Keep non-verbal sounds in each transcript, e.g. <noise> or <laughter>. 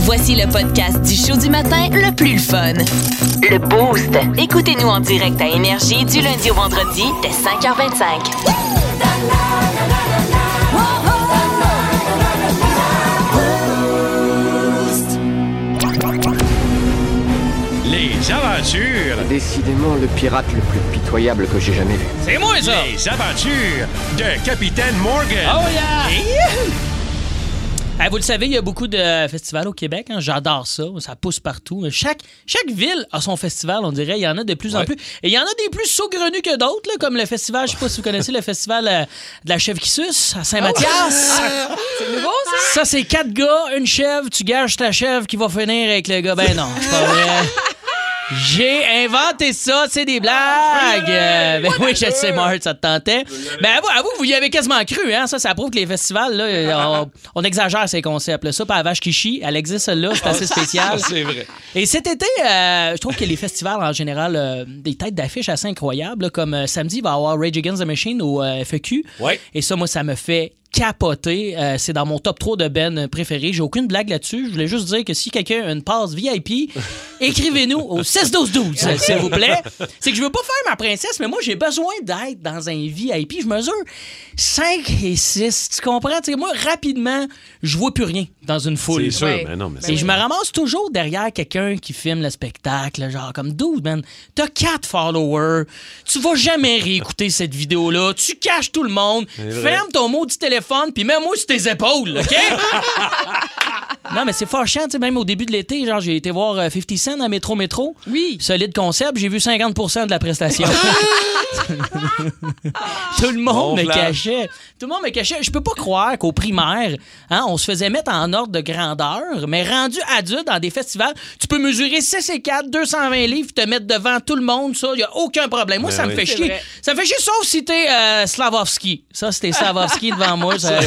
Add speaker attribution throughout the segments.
Speaker 1: Voici le podcast du show du matin le plus fun. Le Boost. Écoutez-nous en direct à Énergie du lundi au vendredi dès 5h25.
Speaker 2: Les aventures,
Speaker 3: Décidément le pirate le plus pitoyable que j'ai jamais vu.
Speaker 4: C'est moi, ça!
Speaker 2: les aventures de Capitaine Morgan.
Speaker 4: Oh yeah! Eh, vous le savez, il y a beaucoup de euh, festivals au Québec. hein. J'adore ça. Ça pousse partout. Chaque, chaque ville a son festival, on dirait. Il y en a de plus en plus. Et il y en a des plus saugrenus que d'autres, là, comme le festival, je sais pas si vous connaissez, le festival euh, de la chèvre qui suce à Saint-Mathias.
Speaker 5: Oh! <laughs>
Speaker 2: Ah
Speaker 5: C'est nouveau, ça?
Speaker 4: Ça, c'est quatre gars, une chèvre, tu gages ta chèvre qui va finir avec le gars. Ben non, c'est pas vrai. J'ai inventé ça, c'est des blagues! Euh, ben oui, je sais, Mart, ça te tentait. Ben avoue, avoue, vous y avez quasiment cru, hein? Ça, ça prouve que les festivals, là, euh, on, on exagère ces concepts. Là. Ça, par la vache qui chie, elle existe celle-là, c'est assez spécial.
Speaker 6: Ah, C'est vrai.
Speaker 4: Et cet été, euh, je trouve que les festivals en général, euh, des têtes d'affiches assez incroyables, là, comme euh, samedi, il va y avoir Rage Against the Machine au euh, FEQ.
Speaker 6: Ouais.
Speaker 4: Et ça, moi, ça me fait capoter. Euh, c'est dans mon top 3 de Ben préféré. J'ai aucune blague là-dessus. Je voulais juste dire que si quelqu'un a une
Speaker 6: <laughs>
Speaker 4: passe VIP, écrivez-nous au 16-12-12, euh, s'il vous plaît. C'est que je veux pas faire ma princesse, mais moi, j'ai besoin d'être dans un VIP. Je mesure 5 et 6. Tu comprends? Tu sais, moi, rapidement, je vois plus rien dans une foule.
Speaker 6: C'est sûr,
Speaker 5: Ouais.
Speaker 6: mais non, mais
Speaker 4: Et je me ramasse toujours derrière quelqu'un qui filme le spectacle, genre comme dude, man, t'as quatre followers, tu vas jamais réécouter cette vidéo-là, tu caches tout le monde,
Speaker 6: vrai.
Speaker 4: ferme ton maudit téléphone, puis mets-moi sur tes épaules, OK? <laughs> non, mais c'est fort chiant, tu sais, même au début de l'été, genre, j'ai été voir euh, 50 Cent à Métro Métro.
Speaker 5: Oui.
Speaker 4: Solide concept, j'ai vu 50 de la prestation. Tout le monde
Speaker 6: Bon
Speaker 4: me
Speaker 6: flash.
Speaker 4: cachait. Tout le monde me cachait. Je peux pas croire qu'au primaire, hein, on se faisait mettre en ordre de grandeur, mais rendu adulte dans des festivals, tu peux mesurer 6 et 4, 220 livres, te mettre devant tout le monde, ça, y a aucun problème. Moi,
Speaker 6: Ben
Speaker 4: ça me
Speaker 6: oui.
Speaker 4: fait
Speaker 5: C'est
Speaker 4: chier.
Speaker 5: vrai.
Speaker 4: Ça me fait chier, sauf si t'es euh, Slavovski. Ça, c'était Slavovski
Speaker 6: <laughs>
Speaker 4: devant moi. ça-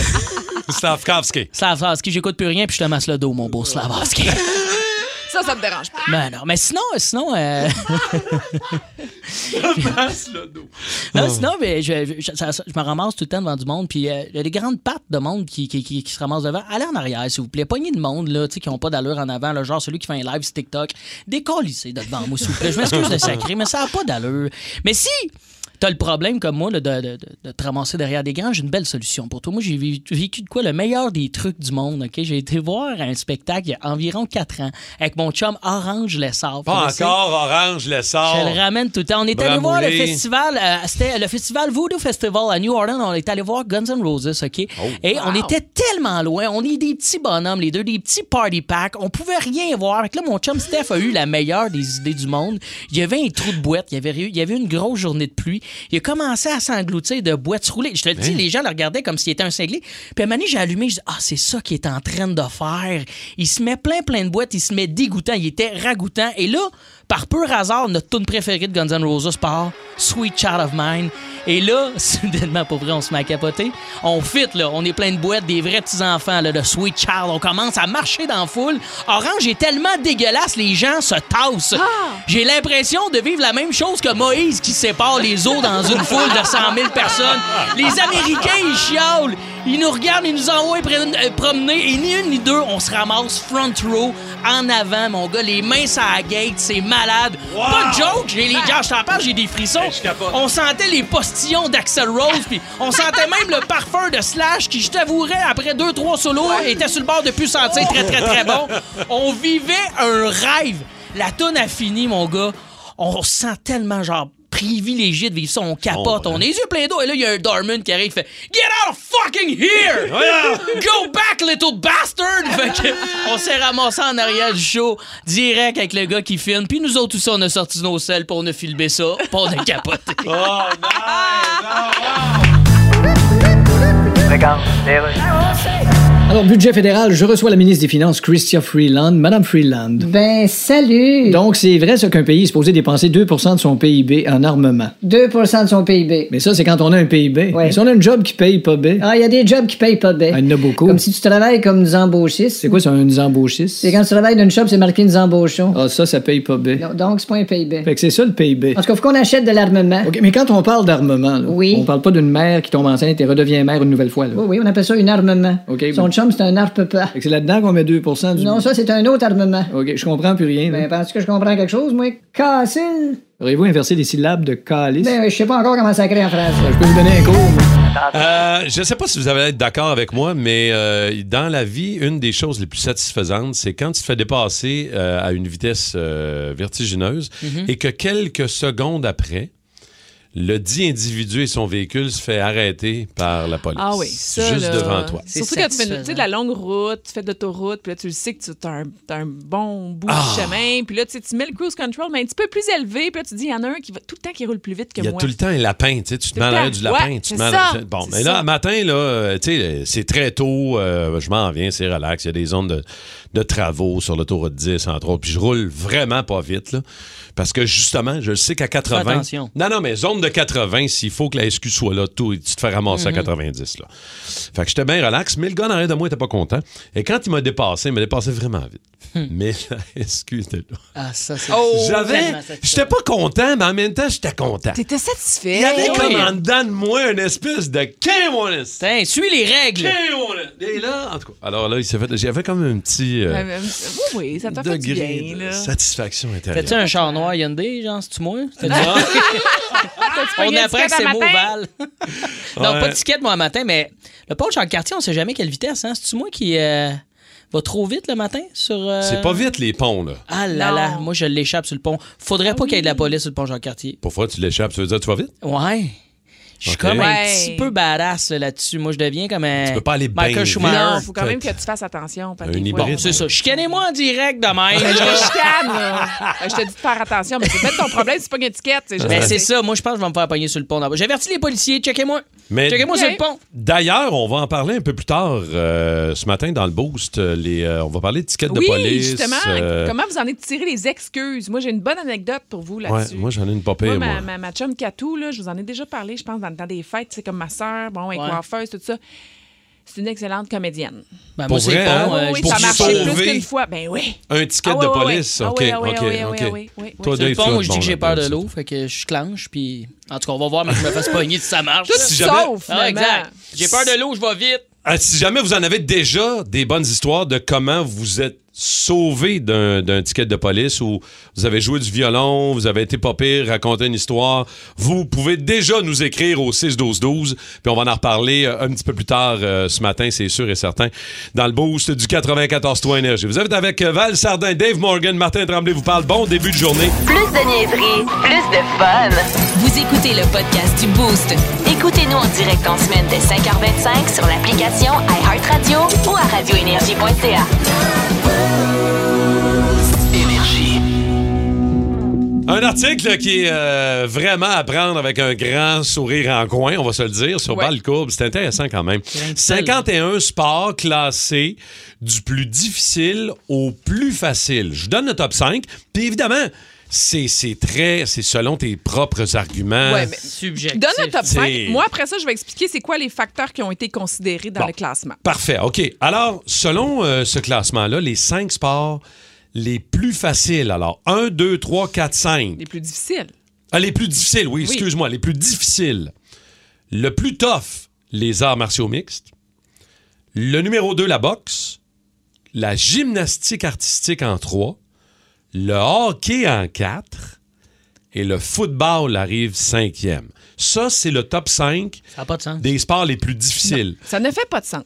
Speaker 6: Stavkovski.
Speaker 4: Slavovski, j'écoute plus rien, puis je te masse le dos, mon beau
Speaker 6: <laughs>
Speaker 4: Slavovski.
Speaker 5: Ça, ça me dérange pas.
Speaker 4: Ben non, mais sinon, sinon. Euh... <laughs>
Speaker 6: Ah.
Speaker 4: Non, sinon, mais je, je, je- ça- ça- je me ramasse tout le temps devant du monde. Puis euh, il y a des grandes pattes de monde qui, qui, qui, qui se ramassent devant. Allez en arrière, s'il vous plaît. Pognez de monde là, tu sais, qui n'ont pas d'allure en avant. Là, genre celui qui fait un live sur TikTok. Décollissez de devant moi, s'il vous plaît. Je m'excuse de sacrer, mais ça n'a pas d'allure. Mais si t'as le problème comme moi là, de, de- de- de te ramasser derrière des grands, j'ai une belle solution pour toi. Moi, j'ai vi- vécu de quoi le meilleur des trucs du monde. ok? J'ai été voir un spectacle il y a environ 4 ans avec mon chum Orange Lessard.
Speaker 6: Pas
Speaker 4: Connaissez?
Speaker 6: encore Orange le sort.
Speaker 4: Je le ramène tout le temps. On est
Speaker 6: Bramoulé.
Speaker 4: allé voir le festival, euh, c'était le festival Voodoo Festival à New Orleans. On est allé voir Guns N' Roses, OK? Et on était tellement loin. On est des petits bonhommes, les deux, des petits party packs. On pouvait rien voir. Fait que là, mon chum Steph a eu la meilleure des idées du monde. Il y avait un trou de boîte. Il y avait, eu- il y avait une grosse journée de pluie. Il a commencé à s'engloutir de boîtes roulées. Je te le dis, les gens le regardaient comme s'il était un cinglé. Puis à un moment donné, j'ai allumé. Je dis, ah, c'est ça qu'il est en train de faire. Il se met plein, plein de boîtes. Il se met dégoûtant. Il était ragoûtant. Et là, par pur hasard, notre tune préférée de Guns N' Roses part Sweet Child of Mine. Et là, <laughs> soudainement, pour vrai, on se met à capoter. On fit, là. On est plein de boîtes, des vrais petits enfants, là, de Sweet Child. On commence à marcher dans la foule. Orange est tellement dégueulasse, les gens se tassent. J'ai l'impression de vivre la même chose que Moïse qui sépare les eaux dans une foule de 100 000 personnes. Les Américains, ils chiolent. Ils nous regardent, ils nous envoient pren- euh, promener. Et ni une ni deux, on se ramasse front row, en avant, mon gars. Les mains ça la gate, c'est malade. Pas de joke, j'ai les gars, je t'en parle, j'ai des frissons.
Speaker 6: Ben, je capote.
Speaker 4: On sentait les postillons d'Axel Rose, puis on sentait même le parfum de Slash qui, je t'avouerais, après deux, trois solos, était sur le bord de plus sentir très, très, très bon. On vivait un rêve. La tonne a fini, mon gars. On se sent tellement, genre, privilégié de vivre ça. On capote,
Speaker 6: Oh, ouais.
Speaker 4: on est les yeux pleins d'eau. Et là, il y a un Dorman qui arrive, il fait Get out of fucking
Speaker 6: <laughs>
Speaker 4: here! Go back, little bastard! Fait que, on s'est ramassé en arrière du show, direct avec le gars qui filme. Puis nous autres, tout ça, on a sorti nos selles, puis on a filmé ça, puis on a capoté.
Speaker 6: Oh, nice!
Speaker 7: Alors, budget fédéral, je reçois la ministre des Finances, Chrystia Freeland. Madame Freeland.
Speaker 8: Ben, salut!
Speaker 7: Donc, c'est vrai, ce qu'un pays est supposé dépenser 2 de son PIB en armement.
Speaker 8: 2 de son PIB.
Speaker 7: Mais ça, c'est quand on a un PIB.
Speaker 8: Ouais.
Speaker 7: Mais Si on a un job qui paye pas bien,
Speaker 8: Ah, il y a des jobs qui payent pas bien.
Speaker 7: Ah, il y en a beaucoup.
Speaker 8: Comme si tu travailles comme nous embauchistes.
Speaker 7: c'est quoi ça, un nous embauchisse?
Speaker 8: C'est quand tu travailles d'une shop, c'est marqué nous embauchons.
Speaker 7: Ah, ça, ça paye pas bien.
Speaker 8: Non, Donc, c'est pas un PIB.
Speaker 7: Fait que c'est ça le PIB.
Speaker 8: En tout cas, faut qu'on achète de l'armement.
Speaker 7: OK, mais quand on parle d'armement, là,
Speaker 8: Oui.
Speaker 7: on parle pas d'une mère qui tombe enceinte et redevient mère une nouvelle fois. là.
Speaker 8: Oui, oui, on appelle ça une armement.
Speaker 7: OK,
Speaker 8: Son
Speaker 7: bon.
Speaker 8: chum, c'est un arpe-pas.
Speaker 7: Fait que c'est là-dedans qu'on met 2 du.
Speaker 8: Non, ça, c'est un autre armement.
Speaker 7: OK, je comprends plus rien. là.
Speaker 8: Ben, penses-tu que je comprends quelque chose, moi? Cassine?
Speaker 7: Auriez-vous inversé les syllabes de calice? Euh,
Speaker 8: Ben, je sais pas encore comment ça crée en français.
Speaker 7: Je peux vous donner un cours. moi.
Speaker 6: Euh, je ne sais pas si vous allez être d'accord avec moi, mais euh, dans la vie, une des choses les plus satisfaisantes, c'est quand tu te fais dépasser euh, à une vitesse euh, vertigineuse et que quelques secondes après, le dit individu et son véhicule se fait arrêter par la police.
Speaker 5: Ah oui, ça,
Speaker 6: Juste
Speaker 5: là,
Speaker 6: devant toi.
Speaker 4: C'est
Speaker 5: Surtout quand tu fais tu sais, de
Speaker 4: satisfaisant.
Speaker 5: la longue route, tu fais de l'autoroute, puis là, tu le sais que tu as un, t'as un bon bout
Speaker 4: Ah!
Speaker 5: de chemin, puis là, tu sais, tu mets le cruise control, mais un petit peu plus élevé, puis là, tu dis, il y en a un qui va tout le temps qui roule plus vite que
Speaker 6: Il y a
Speaker 5: moi.
Speaker 6: tout le temps un lapin, tu sais, tu te
Speaker 5: Tout
Speaker 6: mets
Speaker 5: le
Speaker 6: en
Speaker 5: temps.
Speaker 6: arrière du lapin,
Speaker 5: Ouais,
Speaker 6: tu te
Speaker 5: c'est
Speaker 6: mets en
Speaker 5: ça,
Speaker 6: arrière- Bon,
Speaker 5: c'est
Speaker 6: mais là,
Speaker 5: ça.
Speaker 6: le matin, là, euh, tu sais, c'est très tôt, euh, je m'en viens, c'est relax, il y a des zones de, de travaux sur l'autoroute 10, entre autres, puis je roule vraiment pas vite, là, parce que justement, je le sais qu'à 80...
Speaker 4: attention.
Speaker 6: Non, non, mais zone de 80, s'il faut que la SQ soit là, tout, tu te fais
Speaker 5: Mm-hmm.
Speaker 6: ramasser à 90, là. Fait que j'étais bien relax, mais le gars en arrière de moi était pas content, et quand il m'a dépassé, il m'a dépassé vraiment vite.
Speaker 5: Hmm.
Speaker 6: Mais la SQ était là.
Speaker 4: Ah, ça, c'est.
Speaker 5: Oh,
Speaker 6: J'avais...
Speaker 4: tellement satisfaisant.
Speaker 6: J'étais pas content, mais en même temps, j'étais content.
Speaker 5: T'étais satisfait.
Speaker 6: Il y avait
Speaker 5: Oui.
Speaker 6: comme en dedans de moi une espèce de K-Wallace.
Speaker 4: Putain, suis les règles!
Speaker 6: Et là, en tout cas. Alors là, il s'est fait. J'avais comme un petit euh,
Speaker 5: Ouais, mais- Oui, oui, ça t'a fait du
Speaker 6: degré
Speaker 5: bien,
Speaker 6: de
Speaker 5: là.
Speaker 6: satisfaction
Speaker 4: T'as-tu
Speaker 6: intérieure.
Speaker 4: un char noir Hyundai, genre, c'est-tu moi? T'as-tu-
Speaker 5: <laughs> T'as-tu
Speaker 4: On <laughs>
Speaker 5: pogné un
Speaker 4: apprend que
Speaker 5: ticket
Speaker 4: c'est
Speaker 5: un
Speaker 4: beau
Speaker 5: matin?
Speaker 4: Val. non,
Speaker 6: Ouais.
Speaker 4: pas de ticket, moi, le matin, mais le pôle Jean-Cartier, on sait jamais quelle vitesse. Hein? C'est-tu moi qui euh, va trop vite le matin sur. euh,
Speaker 6: C'est pas vite les ponts, là.
Speaker 4: Ah là là,
Speaker 5: Non.
Speaker 4: moi, je l'échappe sur le pont. Faudrait pas qu'il y ait de la police sur le pont Jean-Cartier.
Speaker 6: Parfois, tu l'échappes, tu veux dire, tu vas vite?
Speaker 4: Ouais. Je suis
Speaker 6: Ok.
Speaker 4: comme un
Speaker 5: Ouais.
Speaker 4: petit peu badass là, là-dessus. Moi, je deviens comme un.
Speaker 6: Tu peux pas aller
Speaker 4: Michael
Speaker 6: bien
Speaker 4: Schumacher.
Speaker 5: Non, faut quand même que
Speaker 6: Peut-être.
Speaker 5: tu fasses attention. parce
Speaker 6: Un
Speaker 5: que des fois,
Speaker 6: hybride.
Speaker 5: on-
Speaker 4: C'est ça. Chicanez-moi en direct de
Speaker 5: Ben, Je te
Speaker 4: même.
Speaker 5: chicane,
Speaker 4: <laughs>
Speaker 5: là. Ben, Je te dis de faire attention, mais c'est peut-être ton problème, c'est pas une étiquette. c'est juste-
Speaker 6: Euh,
Speaker 4: Mais c'est ça, moi je pense que je vais me faire pogner sur le pont d'en bas. J'avertis les policiers, checkez-moi.
Speaker 6: Mais-
Speaker 4: Checkez-moi sur le
Speaker 5: Ok.
Speaker 4: pont.
Speaker 6: D'ailleurs, on va en parler un peu plus tard euh, ce matin dans le boost. euh, Les, euh, on va parler d'étiquette de
Speaker 5: oui,
Speaker 6: police.
Speaker 5: justement.
Speaker 6: euh,
Speaker 5: Comment vous en êtes tiré les excuses? Moi, j'ai une bonne anecdote pour vous
Speaker 6: ouais,
Speaker 5: là-dessus.
Speaker 6: moi, j'en ai une pas
Speaker 5: Moi,
Speaker 6: pire,
Speaker 5: ma,
Speaker 6: moi.
Speaker 5: ma, ma chum Catou, là, je vous en ai déjà parlé, je pense, dans le temps des fêtes. C'est comme ma sœur, bon, elle est
Speaker 4: Ouais.
Speaker 5: coiffeuse, tout ça. C'est une excellente comédienne.
Speaker 4: Ben,
Speaker 6: Pour
Speaker 4: moi, c'est
Speaker 6: vrai,
Speaker 4: le pont.
Speaker 6: hein?
Speaker 4: euh,
Speaker 5: oui,
Speaker 4: je
Speaker 6: pour
Speaker 5: ça a
Speaker 4: suis
Speaker 5: marché
Speaker 4: sauvé.
Speaker 5: plus
Speaker 6: sauver.
Speaker 5: qu'une fois. Ben oui.
Speaker 6: Un ticket
Speaker 5: Ah ouais,
Speaker 6: de
Speaker 5: ouais, ouais.
Speaker 6: police.
Speaker 5: Ah
Speaker 6: OK,
Speaker 5: ouais, ah ouais,
Speaker 6: OK,
Speaker 5: ah ouais, ah
Speaker 6: OK.
Speaker 5: ouais, ah ouais, ouais,
Speaker 6: Toi, Dave,
Speaker 5: ouais.
Speaker 4: Sur le
Speaker 6: tu
Speaker 4: fond,
Speaker 6: vas
Speaker 4: moi,
Speaker 6: te
Speaker 4: je dis que j'ai
Speaker 6: bon,
Speaker 4: peur
Speaker 6: là,
Speaker 4: de
Speaker 6: ça.
Speaker 4: l'eau, fait que je clenche, puis... En tout cas, on va voir, mais
Speaker 6: <laughs>
Speaker 4: je me fasse pogner si ça marche.
Speaker 5: Juste
Speaker 6: si
Speaker 5: sauf,
Speaker 6: jamais-
Speaker 5: finalement.
Speaker 4: Ah, exact. J'ai peur de l'eau, je vais vite.
Speaker 6: Ah, si jamais vous en avez déjà des bonnes histoires de comment vous êtes sauvé d'un d'un ticket de police ou vous avez joué du violon, vous avez été pas pire, raconté une histoire, vous pouvez déjà nous écrire au 6-12-12, puis on va en reparler euh, un petit peu plus tard euh, ce matin, c'est sûr et certain, dans le boost du 94-3 Énergie. Vous êtes avec euh, Val Sardin, Dave Morgan, Martin Tremblay vous parle. Bon début de journée.
Speaker 1: Plus de niaiserie, plus de fun. Vous écoutez le podcast du Boost. Écoutez-nous en direct en semaine dès 5h25 sur l'application iHeartRadio ou à radioénergie.ca.
Speaker 6: Un article qui est euh, vraiment à prendre avec un grand sourire en coin, on va se le dire, sur
Speaker 5: Ouais.
Speaker 6: Balcourbe. C'est intéressant quand même. 51 sports classés du plus difficile au plus facile. Je vous donne le top 5. Puis évidemment, c'est c'est très... C'est selon tes propres arguments.
Speaker 5: Ouais, mais-
Speaker 4: Subjectif.
Speaker 5: Donne le top
Speaker 6: C'est-
Speaker 5: 5. Moi, après ça, je vais expliquer c'est quoi les facteurs qui ont été considérés dans
Speaker 6: Bon.
Speaker 5: le classement.
Speaker 6: Parfait, OK. Alors, selon euh, ce classement-là, les cinq sports les plus faciles. Alors, 1, 2, 3, 4, 5.
Speaker 5: Les plus difficiles.
Speaker 6: Ah, les plus difficiles, oui, excuse-moi, les plus difficiles. Le plus tough, les arts martiaux mixtes. Le numéro 2, la boxe. La gymnastique artistique en 3. Le hockey en 4. Et le football arrive cinquième. Ça, c'est le top 5
Speaker 4: Ça n'a pas de sens.
Speaker 6: des sports les plus difficiles.
Speaker 5: <laughs> Ça ne fait pas
Speaker 6: <laughs>
Speaker 5: de sens.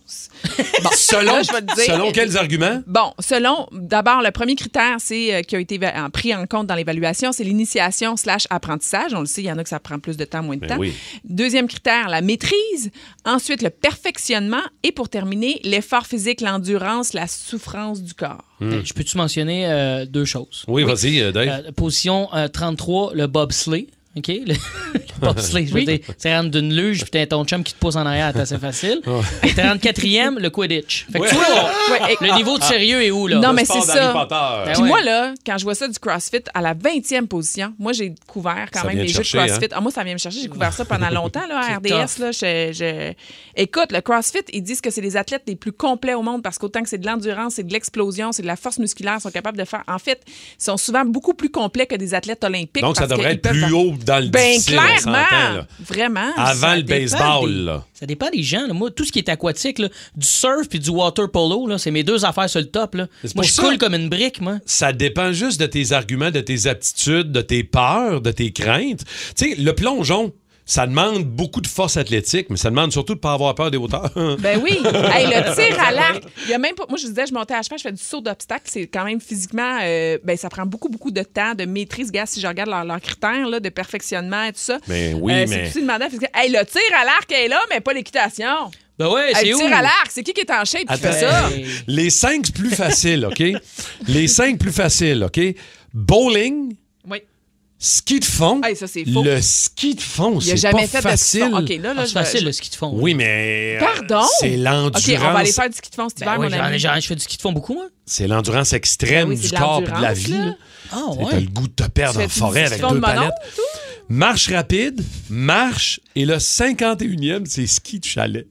Speaker 6: selon,
Speaker 5: là, je vais te dire-
Speaker 6: selon quels arguments?
Speaker 5: Bon, selon, d'abord, le premier critère, c'est euh, qui a été éva- en- pris en compte dans l'évaluation, c'est l'initiation slash apprentissage. On le sait, il y en a que ça prend plus de temps, moins de
Speaker 6: Ben
Speaker 5: temps.
Speaker 6: oui.
Speaker 5: Deuxième critère, la maîtrise. Ensuite, le perfectionnement. Et pour terminer, l'effort physique, l'endurance, la souffrance du corps.
Speaker 4: Ben, Je peux-tu mentionner euh, deux choses?
Speaker 6: Hmm. Oui, vas-y, euh, Dave.
Speaker 4: Euh, position euh, 33, le bobsleigh. OK? <laughs> Le, le bobsleigh, je veux dire, tu rentres d'une luge, puis t'as ton chum qui te pose en arrière, c'est
Speaker 6: <laughs>
Speaker 4: assez facile. Et 34e, le Quidditch. Fait que tu vois,
Speaker 5: <laughs>
Speaker 4: on-
Speaker 5: Ouais, et- ah,
Speaker 4: le niveau de sérieux est où, là?
Speaker 5: Non, mais
Speaker 6: Sport
Speaker 5: c'est
Speaker 6: d'Harry
Speaker 5: ça.
Speaker 6: Potter.
Speaker 4: Ben
Speaker 5: Puis
Speaker 4: ouais.
Speaker 5: moi, là, quand je vois ça du CrossFit à la 20e position, moi, j'ai découvert quand
Speaker 6: Ça
Speaker 5: même
Speaker 6: vient
Speaker 5: les
Speaker 6: te
Speaker 5: jeux de
Speaker 6: chercher, hein?
Speaker 5: CrossFit. Ah, moi, ça vient me chercher. J'ai couvert ça pendant longtemps, là, à
Speaker 4: <laughs> C'est
Speaker 5: RDS. Là, je, je- Écoute, le CrossFit, ils disent que c'est les athlètes les plus complets au monde parce qu'autant que c'est de l'endurance, c'est de l'explosion, c'est de la force musculaire, ils sont capables de faire. En fait, ils sont souvent beaucoup plus complets que des athlètes olympiques.
Speaker 6: Donc, ça
Speaker 5: parce
Speaker 6: devrait
Speaker 5: qu'ils
Speaker 6: être plus
Speaker 5: peuvent-
Speaker 6: haut dans le
Speaker 5: Ben,
Speaker 6: difficile, on s'entend,
Speaker 5: clairement.
Speaker 6: là.
Speaker 5: Vraiment.
Speaker 6: Avant
Speaker 4: Ça
Speaker 6: le
Speaker 4: dépend
Speaker 6: baseball,
Speaker 4: des-
Speaker 6: là.
Speaker 4: Ça dépend des gens. là. Moi, tout ce qui est aquatique, là, du surf puis du water polo, là, c'est mes deux affaires sur le top. Là.
Speaker 6: C'est
Speaker 4: Moi,
Speaker 6: pour
Speaker 4: je
Speaker 6: ça.
Speaker 4: coule comme une brique, moi.
Speaker 6: ça dépend juste de tes arguments, de tes aptitudes, de tes peurs, de tes craintes. Tu sais, le plongeon, ça demande beaucoup de force athlétique, mais ça demande surtout de ne pas avoir peur des hauteurs.
Speaker 5: <laughs> Ben oui. Hey,
Speaker 6: <laughs>
Speaker 5: le tir à l'arc. Il y a même pas- Moi, je disais, je montais à cheval, je fais du saut d'obstacle. C'est quand même physiquement. euh, ben, ça prend beaucoup, beaucoup de temps, de maîtrise. Gars, si je regarde leurs leurs critères là, de perfectionnement et tout ça.
Speaker 6: Ben oui,
Speaker 5: Euh,
Speaker 6: mais-
Speaker 5: C'est aussi demandant. physiquement. Hey, le tir à l'arc est là, mais pas l'équitation.
Speaker 4: Ben ouais,
Speaker 5: Hey,
Speaker 4: c'est
Speaker 5: le
Speaker 4: où?
Speaker 5: tir à l'arc, c'est qui qui est en shape qui fait ça?
Speaker 4: Hey.
Speaker 6: Ben, Les cinq plus faciles, OK? Les cinq plus faciles, OK? Bowling,
Speaker 5: Oui.
Speaker 6: ski de fond.
Speaker 5: Hey, ça, Ah, c'est faux.
Speaker 6: Le ski de fond,
Speaker 5: Il a
Speaker 6: c'est
Speaker 5: jamais
Speaker 6: pas
Speaker 5: fait
Speaker 6: facile.
Speaker 5: de ski de fond. OK, là, là,
Speaker 4: Ah,
Speaker 5: je
Speaker 4: c'est
Speaker 5: vais-
Speaker 4: facile,
Speaker 5: je-
Speaker 4: le ski de fond.
Speaker 6: Oui, mais euh,
Speaker 5: Pardon?
Speaker 6: c'est l'endurance.
Speaker 5: OK, on va aller faire du ski de fond cet
Speaker 4: Ben
Speaker 5: hiver,
Speaker 4: oui,
Speaker 5: mon
Speaker 4: j'en ai-
Speaker 5: ami.
Speaker 4: j'en ai- je fais du ski de fond beaucoup, moi.
Speaker 6: C'est l'endurance extrême
Speaker 5: Ben oui, c'est
Speaker 6: du
Speaker 5: de
Speaker 6: corps et de la
Speaker 5: l'endurance,
Speaker 6: vie.
Speaker 5: là.
Speaker 6: là.
Speaker 4: Ah,
Speaker 6: Tu sais, T'as le goût de te perdre
Speaker 5: Tu
Speaker 6: en
Speaker 5: fais du
Speaker 6: forêt
Speaker 5: ski
Speaker 6: avec
Speaker 5: de fond
Speaker 6: deux
Speaker 5: de mono,
Speaker 6: palettes.
Speaker 5: tout?
Speaker 6: Marche rapide, marche, et le 51e, c'est ski de chalet.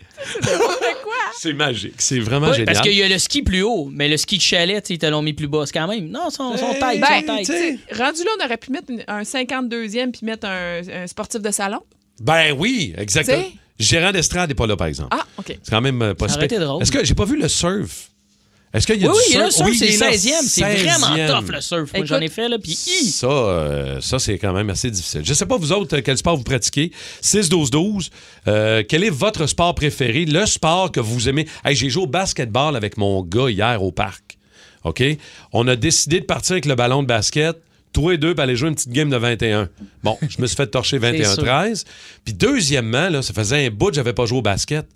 Speaker 6: C'est magique. C'est vraiment
Speaker 4: Oui,
Speaker 6: génial.
Speaker 4: parce qu'il y a le ski plus haut, mais le ski de chalet, tu sais, ils te l'ont mis plus bas. C'est quand même. Non, ils sont, ils sont
Speaker 6: Ben,
Speaker 4: tight, ils
Speaker 5: Ben,
Speaker 4: sont
Speaker 6: tu
Speaker 4: tight.
Speaker 6: sais.
Speaker 5: Rendu là, on aurait pu mettre une- un 52e puis mettre un, un sportif de salon.
Speaker 6: Ben oui, exactement.
Speaker 5: Tu sais?
Speaker 6: Gérant d'estrade n'est pas là, par exemple.
Speaker 5: Ah, OK.
Speaker 6: C'est quand même euh, pas
Speaker 4: Ça aurait
Speaker 6: spé-
Speaker 4: été drôle.
Speaker 6: Est-ce que j'ai pas vu le surf? Est-ce qu'il y a
Speaker 4: oui,
Speaker 6: du
Speaker 4: oui, il y a le surf,
Speaker 6: Oui,
Speaker 4: c'est
Speaker 6: il est là,
Speaker 4: 16e. C'est vraiment
Speaker 6: 16e.
Speaker 4: tough, le surf. Moi,
Speaker 5: Écoute-
Speaker 4: j'en ai fait, là, puis hi!
Speaker 6: Ça, euh, ça c'est quand même assez difficile. Je sais pas, vous autres, euh, quel sport vous pratiquez. 6-12-12. euh, quel est votre sport préféré? Le sport que vous aimez? Hey, J'ai joué au basketball avec mon gars hier au parc. OK? On a décidé de partir avec le ballon de basket. Tous les deux, pour aller jouer une petite game de 21. Bon, je me suis fait
Speaker 4: <laughs>
Speaker 6: torcher 21-13. Puis deuxièmement, là, ça faisait un bout que j'avais pas joué au basket.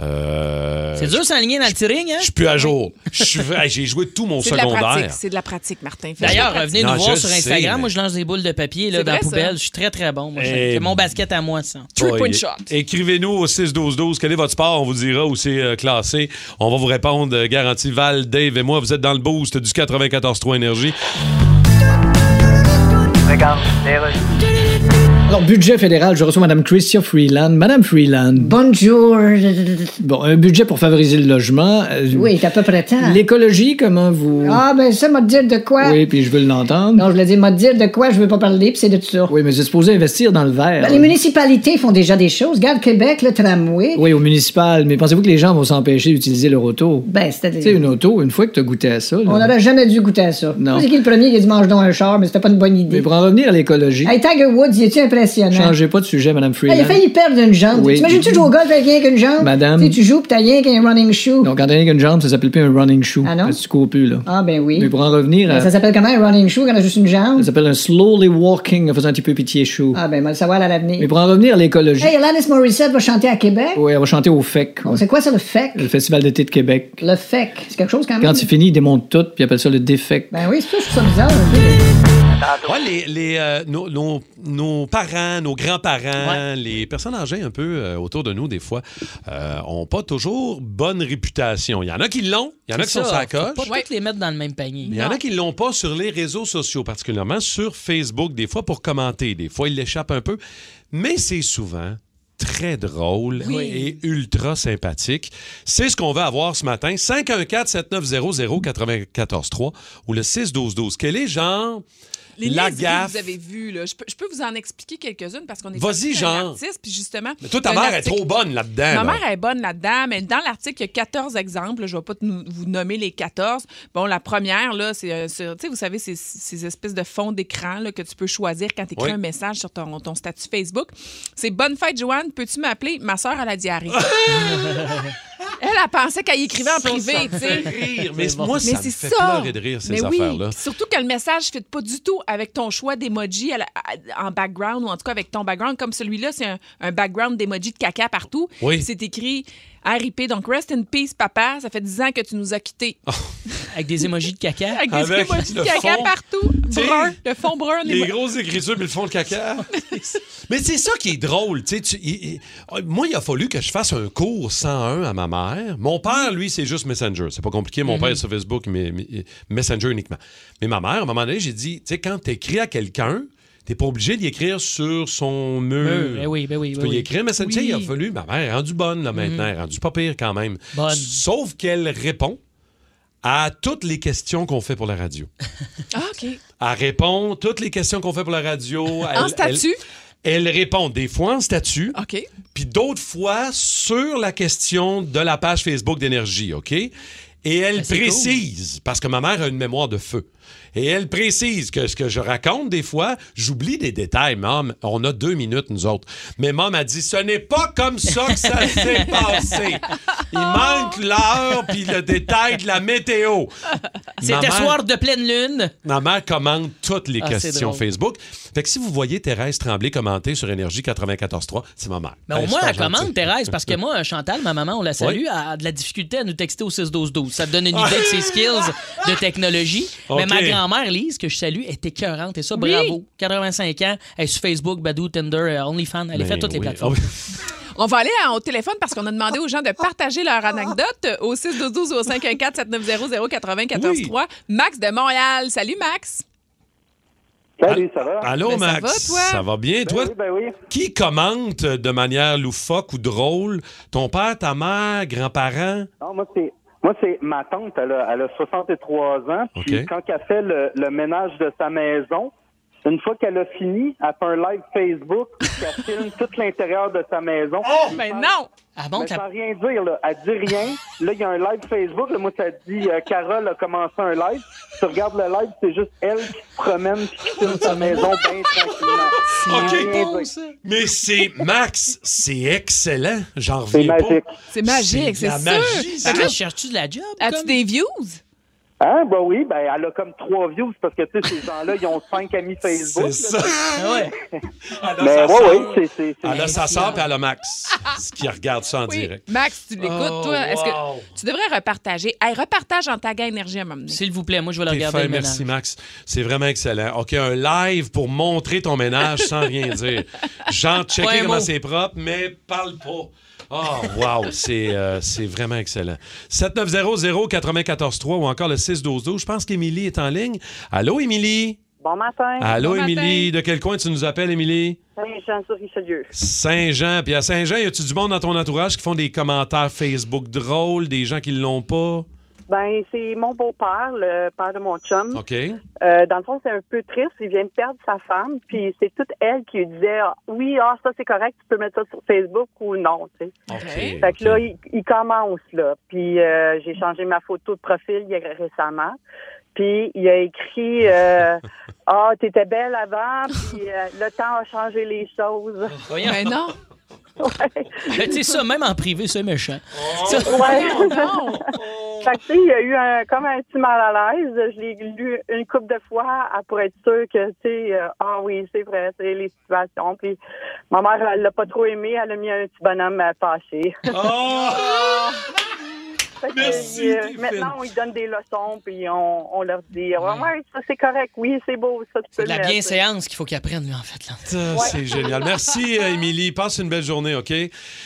Speaker 6: Euh,
Speaker 4: C'est dur de s'aligner dans le tiring, hein?
Speaker 6: je suis plus à jour. Je suis- hey, J'ai joué tout mon
Speaker 5: C'est de la
Speaker 6: secondaire.
Speaker 5: pratique. C'est de la pratique, Martin. Fais de la
Speaker 4: D'ailleurs,
Speaker 5: pratique.
Speaker 4: venez nous
Speaker 6: Non,
Speaker 4: voir
Speaker 6: je
Speaker 4: sur
Speaker 6: sais,
Speaker 4: Instagram.
Speaker 6: mais-
Speaker 4: Moi, je lance des boules de papier là,
Speaker 5: C'est
Speaker 4: dans la
Speaker 5: vrai, ça.
Speaker 4: poubelle. Je suis très, très bon. Moi, j'ai-
Speaker 6: Eh,
Speaker 4: C'est mon basket à moi, ça.
Speaker 5: Three-point
Speaker 6: Boy,
Speaker 5: shot.
Speaker 6: Écrivez-nous au 6-12-12. Quel est votre sport? On vous dira où c'est euh, classé. On va vous répondre. euh, Garanti Val, Dave et moi. Vous êtes dans le boost du 94-3 Énergie.
Speaker 7: Alors, budget fédéral, je reçois Madame Christia Freeland. Madame Freeland,
Speaker 8: Bonjour.
Speaker 7: bon, un budget pour favoriser le logement. euh,
Speaker 8: Oui, c'est à peu près temps.
Speaker 7: L'écologie, comment vous...
Speaker 8: Ah, ben ça, m'a dire de quoi?
Speaker 7: Oui, puis je veux l'entendre.
Speaker 8: Non, je voulais dire, m'a dire de quoi, je veux pas parler, puis c'est de tout ça.
Speaker 7: Oui, mais c'est supposé investir dans le vert.
Speaker 8: Ben, les municipalités font déjà des choses. Garde Québec, le tramway.
Speaker 7: Oui, au municipal, mais pensez-vous que les gens vont s'empêcher d'utiliser leur auto?
Speaker 8: Ben,
Speaker 7: Tu sais,
Speaker 8: c'est-à-dire.
Speaker 7: une auto, une fois que t'as goûté à ça... là-
Speaker 8: On n'aurait jamais dû goûter à ça.
Speaker 7: Non.
Speaker 8: C'est qui le premier qui a dit mange donc un char, mais c'était pas une bonne
Speaker 7: Mais
Speaker 8: idée.
Speaker 7: pour en revenir à l'écologie,
Speaker 8: Hey, Tiger Woods, il est-tu impressionnant?
Speaker 7: changez pas de sujet, Madame
Speaker 8: Hey,
Speaker 7: Freeland.
Speaker 8: il a failli perdre une jambe.
Speaker 7: Oui. Ben,
Speaker 8: T'imagines-tu jouer au golf avec rien qu'une jambe?
Speaker 7: Madame.
Speaker 8: Tu sais, tu joues pis t'as rien qu'un running shoe.
Speaker 7: Donc, quand t'as rien qu'une jambe, ça s'appelle plus un running shoe.
Speaker 8: Ah non?
Speaker 7: Parce que tu cours plus, là.
Speaker 8: Ah, ben
Speaker 7: Mais
Speaker 8: oui.
Speaker 7: pour en revenir à...
Speaker 8: Ça s'appelle comment un running shoe quand on a juste une jambe?
Speaker 7: Ça s'appelle un slowly walking en faisant un petit peu pitié chou.
Speaker 8: Ah, ben, on va le savoir à
Speaker 7: Mais
Speaker 8: l'avenir.
Speaker 7: pour en revenir à l'écologie,
Speaker 8: Hey, Alanis Morissette va chanter à Québec?
Speaker 7: oui, on va chanter au FEC,
Speaker 8: Bon, c'est quoi ça, le E FEC?
Speaker 7: le Festival d'été de Québec.
Speaker 8: Le FEC. C'est quelque chose quand même?
Speaker 7: Quand il finit, il démonte tout, puis il appelle ça le défect.
Speaker 8: Ben oui, c'est ça, je trouve ça bizarre. un peu.
Speaker 6: Ouais, les, les, euh, nos, nos- nos parents, nos grands-parents, les personnes âgées un peu euh, autour de nous, des fois, euh, ont pas toujours bonne réputation. Il y en a qui l'ont. Il y en a qui
Speaker 4: Ça,
Speaker 6: sont sacoches.
Speaker 4: Faut pas toutes les mettre dans le même panier.
Speaker 6: Il y en a qui ne l'ont pas sur les réseaux sociaux, particulièrement sur Facebook, des fois pour commenter, des fois ils l'échappent un peu, mais c'est souvent très drôle et ultra sympathique. C'est ce qu'on va avoir ce matin, 514-7900-943 ou le 612-12. Quel est genre
Speaker 5: Les
Speaker 6: la
Speaker 5: niaiseries que
Speaker 6: gaffe?
Speaker 5: vous avez vu, là. Je peux, je peux vous en expliquer quelques-unes parce qu'on est
Speaker 6: Vas-y,
Speaker 5: parti d'un
Speaker 6: genre.
Speaker 5: artiste, puis justement.
Speaker 6: Mais toi, ta
Speaker 5: un
Speaker 6: mère
Speaker 5: article-
Speaker 6: est trop bonne là-dedans.
Speaker 5: Ma
Speaker 6: là.
Speaker 5: mère est bonne là-dedans, mais dans l'article, il y a 14 exemples. Je ne vais pas nous- vous nommer les 14. Bon, la première, là, c'est euh, sur- tu sais, vous savez, ces, ces espèces de fonds d'écran là, que tu peux choisir quand tu écris
Speaker 6: Oui.
Speaker 5: un message sur ton, ton statut Facebook. C'est Bonne fête, Joanne. Peux-tu m'appeler? Ma soeur a
Speaker 6: <laughs>
Speaker 5: la diarrhée. elle, elle pensait qu'elle y écrivait en privé, tu sais.
Speaker 6: Rire, mais moi, ça
Speaker 5: Mais
Speaker 6: me
Speaker 5: c'est
Speaker 6: fait
Speaker 5: ça.
Speaker 6: pleurer de rire, ces
Speaker 5: Mais oui.
Speaker 6: affaires-là.
Speaker 5: Puis Surtout que le message ne fit pas du tout avec ton choix d'emoji à la- à- en background ou en tout cas avec ton background. Comme celui-là, c'est un, un background d'emoji de caca partout.
Speaker 6: Oui.
Speaker 5: C'est écrit RIP, donc rest in peace, papa. Ça fait 10 ans que tu nous as quittés.
Speaker 4: Avec des émojis de caca.
Speaker 5: Avec des
Speaker 6: Oh. Avec
Speaker 5: emojis de
Speaker 6: le
Speaker 5: caca
Speaker 6: fond.
Speaker 5: partout.
Speaker 6: Tu sais,
Speaker 5: Brun, le fond brun.
Speaker 6: Les
Speaker 5: l'émo-
Speaker 6: grosses écritures, mais le fond de caca. <laughs> mais c'est ça qui est drôle. tu sais, tu- il- il- moi, il a fallu que je fasse un cours 101 à ma mère. Mon père, lui, c'est juste Messenger. C'est pas compliqué. Mon père est sur Facebook, mais, mais- Messenger uniquement. Mais ma mère, à un moment donné, j'ai dit, tu sais, quand t'écris à quelqu'un, t'es pas obligé d'y écrire sur son mur.
Speaker 4: Mur, ben oui, ben oui,
Speaker 6: Tu
Speaker 4: ben
Speaker 6: peux y
Speaker 4: oui.
Speaker 6: écrire, mais ça, tu sais, il a fallu. Ma mère est rendue bonne, là, maintenant. Elle est rendue pas pire, quand même.
Speaker 4: Bonne.
Speaker 6: Sauf qu'elle répond à toutes les questions qu'on fait pour la radio.
Speaker 5: <laughs> Ah, OK.
Speaker 6: Elle répond toutes les questions qu'on fait pour la radio. Elle,
Speaker 5: en statut.
Speaker 6: elle- elle répond des fois en statut,
Speaker 5: OK.
Speaker 6: puis d'autres fois sur la question de la page Facebook d'Énergie, OK? Et elle
Speaker 4: Ah, c'est
Speaker 6: précise, parce que ma mère a une mémoire de feu, et elle précise que ce que je raconte des fois, j'oublie des détails, maman. On a deux minutes, nous autres. Mais maman a dit, ce n'est pas comme ça que
Speaker 4: <laughs>
Speaker 6: ça s'est passé. Il manque l'heure, puis le détail de la météo. Ma
Speaker 4: C'était
Speaker 6: mère-
Speaker 4: soir de pleine lune.
Speaker 6: Ma mère commente toutes les
Speaker 4: Ah, c'est
Speaker 6: questions
Speaker 4: drôle.
Speaker 6: Facebook. Fait que si vous voyez Thérèse Tremblay commenter sur Énergie 94.3, c'est ma mère.
Speaker 4: Mais
Speaker 6: Elle
Speaker 4: Ben, au
Speaker 6: est
Speaker 4: moins,
Speaker 6: Ben, super
Speaker 4: elle commande,
Speaker 6: gentille.
Speaker 4: Thérèse, parce
Speaker 6: <laughs>
Speaker 4: que moi, Chantal, ma maman, on la salue,
Speaker 6: Oui.
Speaker 4: a de la difficulté à nous texter au 6-12-12. Ça te donne une idée de ses skills de
Speaker 6: <laughs>
Speaker 4: technologie. Mais
Speaker 6: Ok.
Speaker 4: ma grand-mère, Lise, que je salue, est écœurante. Et ça, bravo. 85 ans, elle est sur Facebook, Badou, Tinder, euh, OnlyFans. Elle est fait
Speaker 6: Ben
Speaker 4: toutes les
Speaker 6: oui.
Speaker 4: plateformes.
Speaker 5: On va aller à- au téléphone parce qu'on a demandé aux gens de partager leur anecdote au 612 ou au 514 790 094 3. Max de Montréal. Salut, Max.
Speaker 9: Salut, ça va?
Speaker 6: Allô,
Speaker 5: Ben, ça
Speaker 6: Max?
Speaker 5: va, toi?
Speaker 6: bien?
Speaker 9: Ben
Speaker 6: toi,
Speaker 9: oui, ben oui.
Speaker 6: qui commente de manière loufoque ou drôle? Ton père, ta mère, grands-parents?
Speaker 9: Non, moi, c'est. Moi, c'est ma tante, elle a, elle a 63 ans. Puis
Speaker 6: OK.
Speaker 9: quand elle fait le, le ménage de sa maison, une fois qu'elle a fini, elle fait un live Facebook, puis elle filme tout l'intérieur de sa maison.
Speaker 5: Mais Oh! Ben non!
Speaker 4: Ah bon,
Speaker 9: Mais
Speaker 4: t'as-
Speaker 9: sans rien dire, là. Elle dit rien. Là, il y a un live Facebook. Là, moi, ça dit euh, Carole a commencé un live. Tu regardes le live, c'est juste elle qui se promène puis qui filme sa maison
Speaker 5: <laughs>
Speaker 9: bien tranquillement.
Speaker 6: OK.
Speaker 9: rien dire.
Speaker 6: Mais
Speaker 4: <laughs>
Speaker 6: c'est, Max, c'est excellent. J'en
Speaker 9: C'est
Speaker 6: reviens pas.
Speaker 9: magique.
Speaker 5: C'est magique, c'est
Speaker 6: la
Speaker 5: sûr.
Speaker 6: magie, ça.
Speaker 4: Fait que là, cherches-tu de la job?
Speaker 5: As-tu
Speaker 4: comme?
Speaker 5: des views?
Speaker 9: Hein? Ben oui, ben elle a comme trois views parce que, tu sais, ces gens-là, ils ont cinq amis Facebook.
Speaker 6: C'est ça. Ah
Speaker 4: Ah ouais.
Speaker 9: <laughs>
Speaker 6: Elle
Speaker 9: Mais
Speaker 6: a sa
Speaker 9: oui, oui,
Speaker 6: sœur.
Speaker 9: Ben, c'est- c'est. c'est-
Speaker 6: Elle a sa sœur, puis elle a Max, ce qui regarde ça
Speaker 4: <laughs>
Speaker 6: en
Speaker 5: Oui.
Speaker 6: direct.
Speaker 5: Max, tu l'écoutes,
Speaker 6: Oh,
Speaker 5: toi. Est-ce
Speaker 6: wow.
Speaker 5: que tu devrais repartager? Hey, repartage en taguant énergie à m'amener.
Speaker 4: S'il vous plaît, moi, je vais le
Speaker 6: T'es
Speaker 4: regarder.
Speaker 6: fin,
Speaker 4: le ménage.
Speaker 6: merci Max. C'est vraiment excellent. OK, un live pour montrer ton ménage sans rien
Speaker 4: <laughs>
Speaker 6: dire. Genre, checker
Speaker 4: Pas un
Speaker 6: comment
Speaker 4: mot.
Speaker 6: c'est propre, mais parle pas. Oh, wow, c'est euh, c'est vraiment excellent. 7900-943 ou encore le 612-12. Je pense qu'Émilie est en ligne. Allô, Émilie?
Speaker 10: Bon matin,
Speaker 6: Allô,
Speaker 5: Bon matin.
Speaker 6: Émilie? De quel coin tu nous appelles, Émilie?
Speaker 10: Saint-Jean-sur-Richelieu.
Speaker 6: Saint-Jean. Puis à Saint-Jean, y a-tu du monde dans ton entourage qui font des commentaires Facebook drôles, des gens qui l'ont pas?
Speaker 10: Ben, c'est mon beau-père, le père de mon chum.
Speaker 6: OK.
Speaker 10: Euh, dans le fond, c'est un peu triste. Il vient de perdre sa femme, puis c'est toute elle qui lui disait ah, Oui, ah, ça, c'est correct, tu peux mettre ça sur Facebook ou non. tu sais.
Speaker 6: OK.
Speaker 10: Fait que là,
Speaker 6: OK.
Speaker 10: il, il commence, là. Puis euh, j'ai changé ma photo de profil il y a- récemment. Puis il a écrit
Speaker 6: <laughs>
Speaker 10: euh, Ah, t'étais belle avant, puis euh, le temps a changé les choses.
Speaker 4: Voyons.
Speaker 5: Mais Ben non,
Speaker 10: Ouais.
Speaker 4: Là, Euh, tu sais, ça, même en privé, c'est méchant. Ça-
Speaker 10: Ouais.
Speaker 5: non.
Speaker 10: Oh. <laughs> Fait que, tu sais, il y a eu un, comme un petit mal à l'aise. Je l'ai lu une couple de fois à- pour être sûr que, tu sais, euh, ah oui, c'est vrai, c'est les situations. Puis ma mère, elle l'a pas trop aimé. Elle a mis un petit bonhomme à fâché. <laughs>
Speaker 6: Oh!
Speaker 10: Fait que,
Speaker 6: Merci,
Speaker 10: euh,
Speaker 6: Tiffany.
Speaker 10: maintenant, on lui donne des leçons, puis on, on leur dit, ouais, ouais, ça c'est correct, oui, c'est beau, ça tu peux
Speaker 4: C'est <laughs> de la
Speaker 10: le mettre.
Speaker 4: bienséance qu'il faut qu'il apprenne, lui, en fait. Là.
Speaker 6: Ah, C'est génial. Merci, euh, Émilie. Passe une belle journée, OK?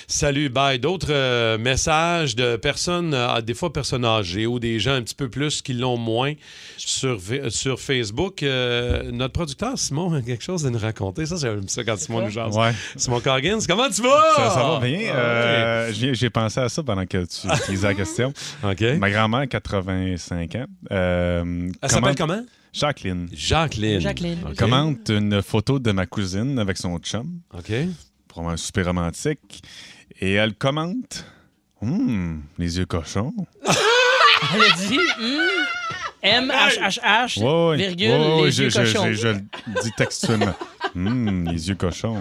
Speaker 6: Salut, bye. D'autres euh, messages de personnes, euh, des fois personnes âgées ou des gens un petit peu plus qui l'ont moins sur, fa- euh, sur Facebook. Euh, notre producteur, Simon, a quelque chose à nous raconter. Ça, j'aime ça quand Simon nous jase.
Speaker 11: Ouais.
Speaker 6: Simon Coggins, comment tu vas?
Speaker 11: Ça, ça va bien.
Speaker 6: Ah,
Speaker 11: Euh, j'ai- J'ai pensé à ça pendant que tu utilisais la
Speaker 6: <laughs>
Speaker 11: question.
Speaker 6: OK. OK.
Speaker 11: Ma grand-mère, 85 ans. euh,
Speaker 6: Elle
Speaker 11: commente-
Speaker 6: s'appelle comment?
Speaker 11: Jacqueline.
Speaker 6: Jacqueline.
Speaker 4: Jacqueline.
Speaker 6: OK.
Speaker 11: Commente une photo de ma cousine avec son chum
Speaker 6: OK.
Speaker 11: pour un souper romantique. Et elle commente Hum, les yeux cochons.
Speaker 4: <laughs> Elle a dit hmm, M H H H
Speaker 11: Ouais, ouais.
Speaker 4: virgule
Speaker 11: Ouais, ouais,
Speaker 4: les
Speaker 11: je,
Speaker 4: yeux
Speaker 11: je-
Speaker 4: cochons.
Speaker 11: je- je le dis textuellement. Hum, les yeux cochons.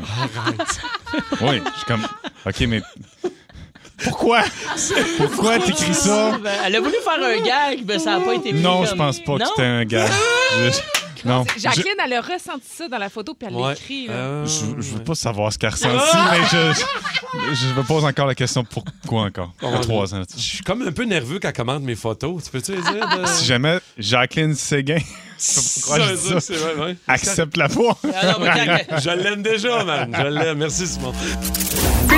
Speaker 11: Oui, je suis comme. OK, mais. Pourquoi? Pourquoi t'écris ça?
Speaker 4: Ben, Elle a voulu faire un gag, mais ça n'a pas été pris
Speaker 11: Non, je
Speaker 4: comme-
Speaker 11: pense pas que
Speaker 4: Non?
Speaker 11: c'était un gars. Je... Non.
Speaker 5: Jacqueline, elle a ressenti ça dans la photo, puis elle
Speaker 6: Ouais.
Speaker 5: l'écrit. là.
Speaker 6: Euh,
Speaker 11: Je, je- je veux pas savoir ce qu'elle a ressenti, mais je, je me pose encore la question pourquoi encore. À trois ans.
Speaker 6: Je suis comme un peu nerveux quand elle commande mes photos. Tu peux-tu les dire? de-
Speaker 11: Si jamais
Speaker 6: <laughs>
Speaker 11: Jacqueline Séguin pourquoi je dis
Speaker 6: Ça,
Speaker 11: ça.
Speaker 6: c'est vrai, ouais.
Speaker 11: accepte la voix.
Speaker 4: Ah
Speaker 11: <laughs>
Speaker 4: non, mais quand-
Speaker 6: Je l'aime déjà, man. Je l'aime. Merci, Simon.
Speaker 1: Plus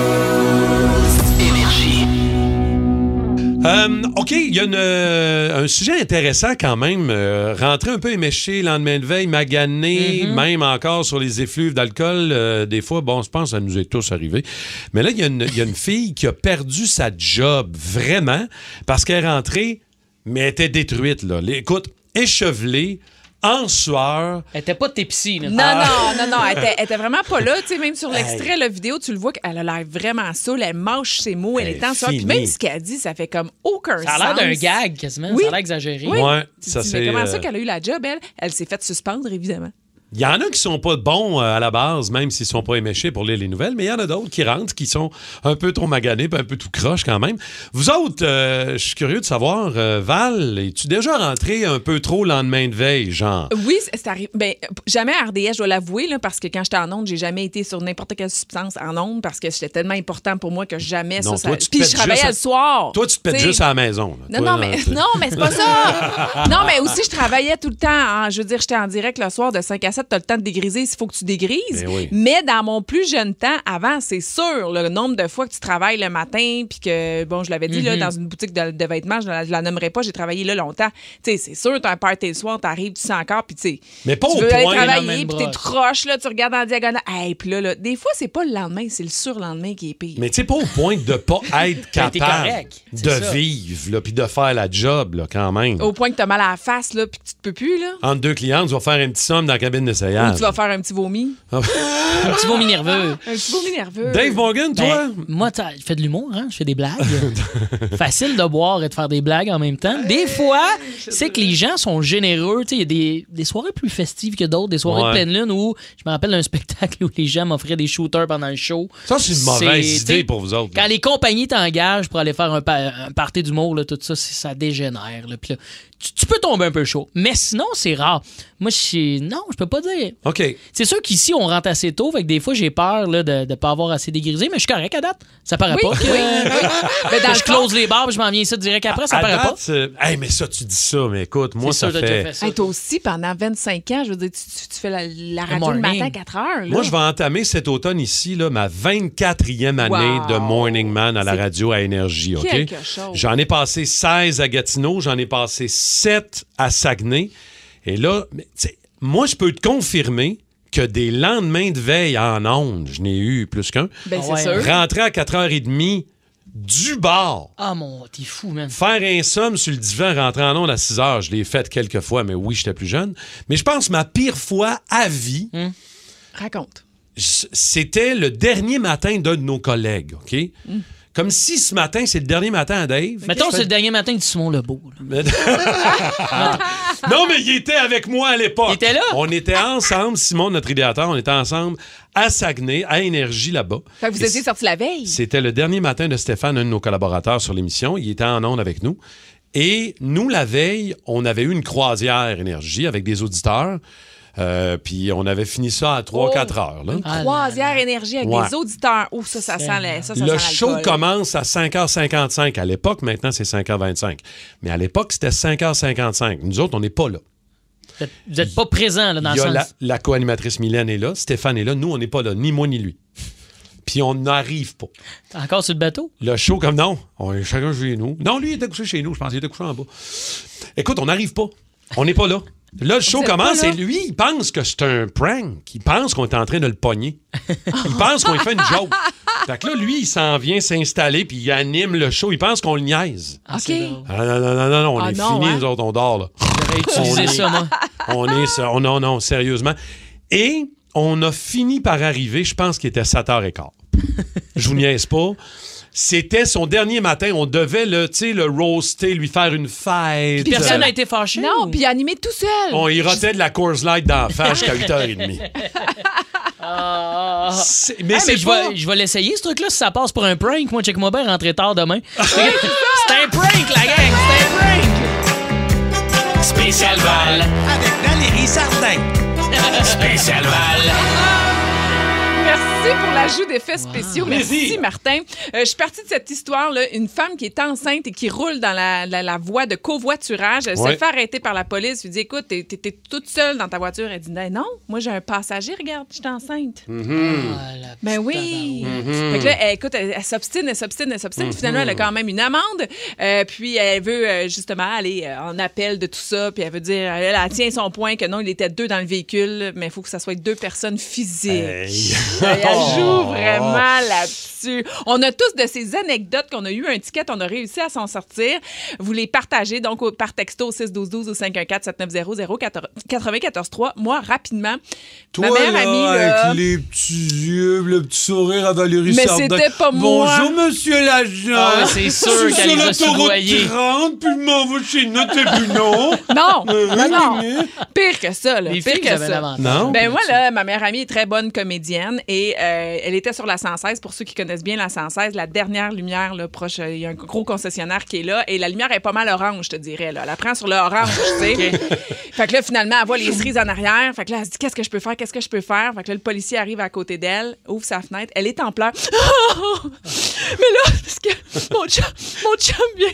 Speaker 6: Euh, OK, il y a une, euh, un sujet intéressant quand même. euh, rentrer un peu éméché, lendemain de veille, magané,
Speaker 4: Mm-hmm.
Speaker 6: même encore sur les effluves d'alcool. euh, des fois, bon, je pense que ça nous est tous arrivé. Mais là, il y, a une- il y a une fille qui a perdu sa job, vraiment, parce qu'elle est rentrée, mais elle était détruite. Là. Les- Écoute, échevelée, en sueur.
Speaker 4: Elle était pas tépissie, là.
Speaker 5: Non,
Speaker 6: Ah.
Speaker 5: non, non, non, elle était, elle était vraiment pas là. Tu sais, même sur l'extrait, la vidéo, tu le vois qu'elle a l'air vraiment saoule, elle mâche ses mots, elle,
Speaker 6: Elle
Speaker 5: est en
Speaker 6: est
Speaker 5: sorte. Puis
Speaker 6: finie.
Speaker 5: même ce qu'elle dit, ça fait comme aucun sens.
Speaker 4: Ça a l'air d'un gag, quasiment.
Speaker 5: Oui.
Speaker 4: Ça a l'air exagéré.
Speaker 5: Oui.
Speaker 6: Ouais,
Speaker 5: Tu
Speaker 6: ça,
Speaker 5: te dis,
Speaker 6: c'est,
Speaker 5: mais comment
Speaker 6: euh,
Speaker 5: ça qu'elle a eu la job, elle? Elle s'est faite suspendre, évidemment.
Speaker 6: Il y en a qui sont pas bons euh, à la base, même s'ils sont pas éméchés pour lire les nouvelles, mais il y en a d'autres qui rentrent, qui sont un peu trop maganés, puis un peu tout croche quand même. Vous autres, euh, je suis curieux de savoir, euh, Val, es-tu déjà rentré un peu trop lendemain de veille, genre?
Speaker 5: Oui, c'est- c'est arrivé. Ben, p- jamais à RDS, je dois l'avouer, là, parce que quand j'étais en onde, j'ai jamais été sur n'importe quelle substance en onde parce que c'était tellement important pour moi que jamais
Speaker 6: Non,
Speaker 5: ça.
Speaker 6: toi,
Speaker 5: ça...
Speaker 6: tu te
Speaker 5: Puis
Speaker 6: pètes
Speaker 5: je travaillais
Speaker 6: juste à-
Speaker 5: le soir.
Speaker 6: Toi, tu te pètes
Speaker 5: T'sais,
Speaker 6: juste à la maison. là.
Speaker 5: Non,
Speaker 6: Toi,
Speaker 5: non,
Speaker 6: là,
Speaker 5: mais,
Speaker 6: tu-
Speaker 5: non, mais c'est
Speaker 6: <laughs>
Speaker 5: pas ça. non, mais aussi, je travaillais tout le temps. hein. Je veux dire, j'étais en direct le soir de 5 à 7. T'as le temps de dégriser s'il faut que tu dégrises.
Speaker 6: Ben oui.
Speaker 5: Mais dans mon plus jeune temps, avant, c'est sûr, le nombre de fois que tu travailles le matin, puis que, bon, je l'avais dit,
Speaker 6: Mm-hmm.
Speaker 12: Mhm.
Speaker 5: là, dans une boutique de, de vêtements, je la, je la nommerai pas, j'ai travaillé là longtemps. Tu sais, c'est sûr, t'as un party le soir, t'arrives, tu sens encore, puis tu sais.
Speaker 6: Mais pas
Speaker 5: tu
Speaker 6: au
Speaker 5: veux aller
Speaker 6: point.
Speaker 5: travailler, puis t'es croche, là, tu regardes en diagonale. Hey, puis là, là, des fois, c'est pas le lendemain, c'est le surlendemain qui est pire.
Speaker 6: Mais tu sais, pas au point de pas être
Speaker 5: Ben, t'es
Speaker 6: capable
Speaker 5: correct, c'est
Speaker 6: de
Speaker 5: ça.
Speaker 6: vivre, là, puis de faire la job, là, quand même.
Speaker 5: Au point que t'as mal à la face, là, puis que tu te peux plus, là.
Speaker 6: Entre deux clients, tu vas faire un petit somme dans la cabine
Speaker 5: Ou
Speaker 6: d'essayage. Ah
Speaker 5: tu vas faire un petit vomi.
Speaker 4: <laughs> Un petit vomi nerveux.
Speaker 5: Un petit vomi nerveux.
Speaker 6: Dave Morgan, toi?
Speaker 4: Ben, moi, t'as- je fais de l'humour, hein? je fais
Speaker 6: <laughs>
Speaker 4: des blagues. Facile de boire et de faire des blagues en même temps. Des fois, c'est que les gens sont généreux. Tu sais, Il y a des, des soirées plus festives que d'autres, des soirées
Speaker 6: Ouais.
Speaker 4: de pleine lune où je me rappelle d'un spectacle où les gens m'offraient des shooters pendant le show.
Speaker 6: Ça, c'est une
Speaker 4: tu
Speaker 6: mauvaise
Speaker 4: sais,
Speaker 6: idée pour vous autres. là.
Speaker 4: Quand les compagnies t'engagent pour aller faire un, pa un party d'humour, là, tout ça, c'est- ça dégénère. là. Puis là, tu, tu peux tomber un peu chaud. Mais sinon, c'est rare. Moi, je suis- non, je peux pas dire.
Speaker 6: OK.
Speaker 4: C'est sûr qu'ici, on rentre assez tôt, fait que des fois, j'ai peur là, de ne pas avoir assez dégrisé, mais je suis correct à date. Ça paraît
Speaker 5: Oui,
Speaker 4: pas que,
Speaker 5: oui,
Speaker 4: <laughs>
Speaker 5: oui. Mais dans
Speaker 4: que
Speaker 5: le
Speaker 4: je close les bars puis je m'en viens ici direct après, ça
Speaker 6: À
Speaker 4: paraît pas.
Speaker 6: date, euh, hey, mais ça, tu dis ça, mais écoute, moi,
Speaker 4: C'est
Speaker 6: ça
Speaker 4: sûr, t'as déjà
Speaker 6: fait.
Speaker 4: fait
Speaker 5: Hey, toi aussi, pendant 25 ans, je veux dire, tu, tu- tu fais la, la
Speaker 4: Le
Speaker 5: radio le
Speaker 4: morning.
Speaker 5: matin à 4 heures. là.
Speaker 6: Moi, je vais entamer cet automne ici, là, ma 24e année
Speaker 5: Wow.
Speaker 6: de Morning Man à la radio à Énergie. OK?
Speaker 5: quelque chose.
Speaker 6: J'en ai passé 16 à Gatineau, j'en ai passé 7 à Saguenay. Et là, mais, tu sais, moi, je peux te confirmer que des lendemains de veille en ondes, je n'ai eu plus qu'un.
Speaker 4: Ben, c'est Ouais. sûr.
Speaker 6: Rentrer à 4h30 du bar.
Speaker 4: Ah mon, t'es fou, man.
Speaker 6: Faire un somme sur le divan, rentrer en ondes à 6 heures, je l'ai fait quelques fois, mais oui, j'étais plus jeune. Mais je pense que ma pire fois à vie,
Speaker 5: Raconte.
Speaker 6: j- c'était le dernier matin d'un de nos collègues, OK? Comme si ce matin, c'est le dernier matin à Dave.
Speaker 4: Mettons,
Speaker 6: Je
Speaker 4: c'est
Speaker 6: fais-
Speaker 4: le dernier matin du Simon Lebeau. là.
Speaker 6: <laughs> non, mais il était avec moi à l'époque. Il
Speaker 4: était là?
Speaker 6: On était ensemble, Simon, notre idéateur, on était ensemble à Saguenay, à Énergie, là-bas.
Speaker 5: Fait que vous
Speaker 6: Et
Speaker 5: étiez sorti la veille.
Speaker 6: C'était le dernier matin de Stéphane, un de nos collaborateurs sur l'émission. Il était en onde avec nous. Et nous, la veille, on avait eu une croisière énergie avec des auditeurs. Euh, puis on avait fini ça à 3-4 heures. là.
Speaker 5: Oh.
Speaker 4: Ah,
Speaker 5: Croisière énergie avec
Speaker 6: Ouais.
Speaker 5: des auditeurs. Oh, ça, ça sent la- ça, ça
Speaker 6: Le
Speaker 5: sent
Speaker 6: show
Speaker 5: l'alcool.
Speaker 6: commence à 5h55. À l'époque, maintenant, c'est 5h25. Mais à l'époque, c'était 5h55. Nous autres, on n'est pas là.
Speaker 4: Vous êtes- Vous n'êtes pas présent là, dans
Speaker 6: Il
Speaker 4: le
Speaker 6: y a
Speaker 4: sens.
Speaker 6: la, la co-animatrice Mylène est là, Stéphane est là. Nous, on n'est pas là, ni moi ni lui. Puis on n'arrive pas.
Speaker 4: T'es Encore sur le bateau?
Speaker 6: Le show, comme non, on est chacun chez nous. Non, lui, il était couché chez nous. Je pense qu'il était couché en bas. Écoute, on n'arrive pas. On n'est pas là. Là, le show
Speaker 5: êtes pas
Speaker 6: commence
Speaker 5: là?
Speaker 6: et lui, il pense que c'est un prank. Il pense qu'on est en train de le pogner. Il pense qu'on lui fait une
Speaker 13: <laughs>
Speaker 6: joke. Fait que là, lui, il s'en vient s'installer puis il anime le show. Il pense qu'on le niaise.
Speaker 5: OK.
Speaker 6: <laughs> Ah, non, non, non, non, non, on
Speaker 5: Ah
Speaker 6: est
Speaker 5: non,
Speaker 6: fini,
Speaker 5: hein?
Speaker 6: nous autres, on dort, là.
Speaker 4: J'aurais utilisé
Speaker 6: On est-
Speaker 4: ça, moi.
Speaker 6: On est ça. Non, non, sérieusement. Et on a fini par arriver, je pense qu'il était 7h15. Je vous niaise pas. C'était son dernier matin. On devait le, tu sais, le roaster, lui faire une fête.
Speaker 4: Personne n'a été fâché.
Speaker 5: Non, puis animé tout seul.
Speaker 6: On y rotait de la course light d'en face
Speaker 5: <laughs>
Speaker 6: jusqu'à 8h30.
Speaker 4: Ah.
Speaker 6: C'est-
Speaker 4: Ah,
Speaker 6: mais c'est
Speaker 4: je
Speaker 6: pas-
Speaker 4: vais, je vais l'essayer, ce truc-là. Si ça passe pour un prank, moi, check-moi bien, rentrer tard demain. c'est un prank, la gang! C'est un prank! Spécial Val.
Speaker 14: Avec Valérie Sardin. Spécial Val.
Speaker 5: Merci. Merci pour l'ajout d'effets spéciaux. Merci, Martin. Euh, je suis partie de cette histoire-là. Une femme qui est enceinte et qui roule dans la, la- la voie de covoiturage. Elle
Speaker 12: Ouais.
Speaker 5: se fait arrêter par la police. Elle dit Écoute, t'es t'es- t'es toute seule dans ta voiture. Elle dit ben Non, moi, j'ai un passager. Regarde, je suis enceinte. Ben oui.
Speaker 12: Mhm.
Speaker 5: Fait que là, elle, écoute, elle, elle s'obstine, elle s'obstine, elle s'obstine.
Speaker 12: Mhm.
Speaker 5: Finalement, elle a quand même une amende. Euh, puis elle veut euh, justement aller euh, en appel de tout ça. Puis elle veut dire, elle, elle tient son point que non, il était deux dans le véhicule, mais il faut que ça soit deux personnes physiques. Elle
Speaker 14: Oh.
Speaker 5: joue vraiment là-dessus. On a tous de ces anecdotes qu'on a eu un ticket, on a réussi à s'en sortir. Vous les partagez donc au- par texto au 6 12 12 ou 514 790 94 3. Moi, rapidement,
Speaker 14: Toi,
Speaker 5: ma meilleure
Speaker 14: là,
Speaker 5: amie, là,
Speaker 14: avec les petits yeux, le petit sourire à Valérie
Speaker 5: Mais
Speaker 14: Sardin.
Speaker 5: c'était pas moi.
Speaker 14: Bonjour, monsieur l'agent.
Speaker 5: Ah ouais, c'est sûr
Speaker 14: Je suis
Speaker 5: qu'elle
Speaker 14: sur
Speaker 5: les a
Speaker 14: l'autoroute
Speaker 5: soudoyés.
Speaker 14: 30, puis je m'en vais chez notre tribunal.
Speaker 5: <laughs> Non,
Speaker 14: Euh,
Speaker 5: non, non.
Speaker 14: oui,
Speaker 5: Pire que ça, là.
Speaker 14: Les
Speaker 5: Pire
Speaker 14: filles
Speaker 5: que
Speaker 14: avaient
Speaker 5: ça.
Speaker 14: l'avantage. Non?
Speaker 5: Ben moi, là, ma meilleure amie est très bonne comédienne et euh, elle était sur la 116. Pour ceux qui connaissent bien la 116, la dernière lumière, là, proche, euh, il y a un gros concessionnaire qui est là et la lumière est pas mal orange, je te dirais, là. Elle la prend sur le orange, tu sais.
Speaker 14: <laughs>
Speaker 5: <laughs> Fait que là, finalement, elle voit les cerises en arrière. Fait que là, elle se dit, qu'est-ce que je peux faire? Qu'est-ce que je peux faire? Fait que là, le policier arrive à côté d'elle, ouvre sa fenêtre. Elle est en pleurs. <laughs> Mais là, parce que mon chum, mon chum vient,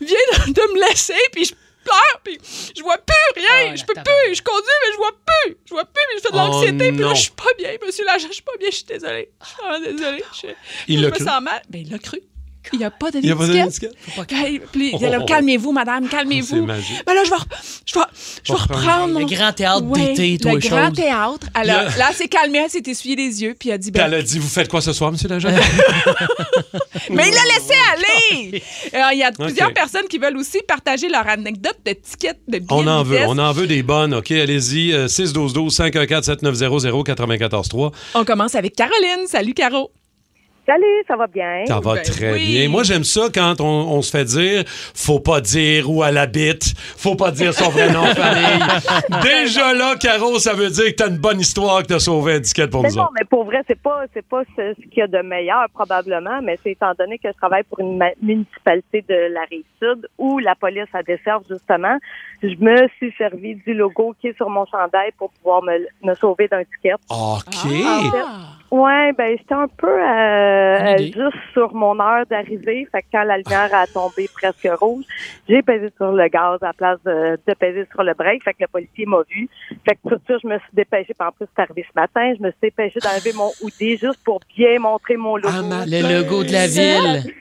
Speaker 5: vient de, de me laisser, puis je pleure, puis je vois plus
Speaker 4: Ah,
Speaker 5: rien. je peux plus. Je conduis, mais je vois plus. Je vois plus, mais je fais de
Speaker 6: Oh
Speaker 5: l'anxiété, puis là,
Speaker 6: non.
Speaker 5: je suis pas bien. Monsieur l'agent, je suis pas bien. Je suis désolée. Je suis vraiment désolée. Je,
Speaker 6: Il
Speaker 5: je
Speaker 6: l'a
Speaker 5: me
Speaker 6: cru.
Speaker 5: sens mal. Mais il l'a cru. Il a pas donné
Speaker 6: Il a pas donné
Speaker 5: d'étiquette. Hey, puis il a dit, Calmez-vous, madame,
Speaker 6: C'est
Speaker 5: calmez-vous.
Speaker 6: magique.
Speaker 5: Mais là, je vais, je vais, je vais
Speaker 6: Reprendre.
Speaker 5: reprendre mon...
Speaker 4: Le grand théâtre
Speaker 5: Ouais,
Speaker 4: d'été, toi,
Speaker 5: Le
Speaker 4: les
Speaker 5: grand
Speaker 4: choses.
Speaker 5: théâtre. Alors,
Speaker 6: Le-
Speaker 5: là, elle s'est calmée, elle s'est essuyé les yeux, puis elle a dit,
Speaker 6: Puis
Speaker 5: ben,
Speaker 6: elle a dit Vous faites quoi ce soir, monsieur
Speaker 5: <laughs>
Speaker 6: l'agent
Speaker 5: Mais il l'a laissé aller! Alors, Il y a plusieurs
Speaker 6: Ok.
Speaker 5: personnes qui veulent aussi partager leur anecdote de ticket de billets
Speaker 6: On en
Speaker 5: de
Speaker 6: veut,
Speaker 5: vitesse.
Speaker 6: on en veut des bonnes, OK? Allez-y, euh, 612-12-514-7900-943.
Speaker 5: On commence avec Caroline. Salut, Caro. Ben, Salut, ça va bien?
Speaker 6: Ça va très bien. Moi, j'aime ça quand on, on se fait dire faut pas dire où elle habite, faut pas dire son vrai nom de famille. Déjà là, Caro, ça veut dire que t'as une bonne histoire que t'as sauvé un ticket pour
Speaker 15: Mais
Speaker 6: nous
Speaker 15: Ben non,
Speaker 6: autres.
Speaker 15: mais pour vrai, c'est pas, c'est pas ce, ce qu'il y a de meilleur probablement, mais c'est étant donné que je travaille pour une ma- municipalité de la Rive-Sud où la police a desserve justement, je me suis servi du logo qui est sur mon chandail pour pouvoir me, me sauver d'un ticket.
Speaker 6: OK.
Speaker 15: En fait, ouais, ben j'étais un peu euh,
Speaker 6: Bonne idée.
Speaker 15: juste sur mon heure d'arrivée, fait que quand la lumière a tombé presque rouge, j'ai pesé sur le gaz à la place de, de peser sur le break, fait que le policier m'a vu. Fait que tout ça, je me suis dépêchée, puis en plus c'est arrivé ce matin, je me suis dépêchée d'enlever mon hoodie juste pour bien montrer mon logo.
Speaker 4: Ah, Le logo de la ville.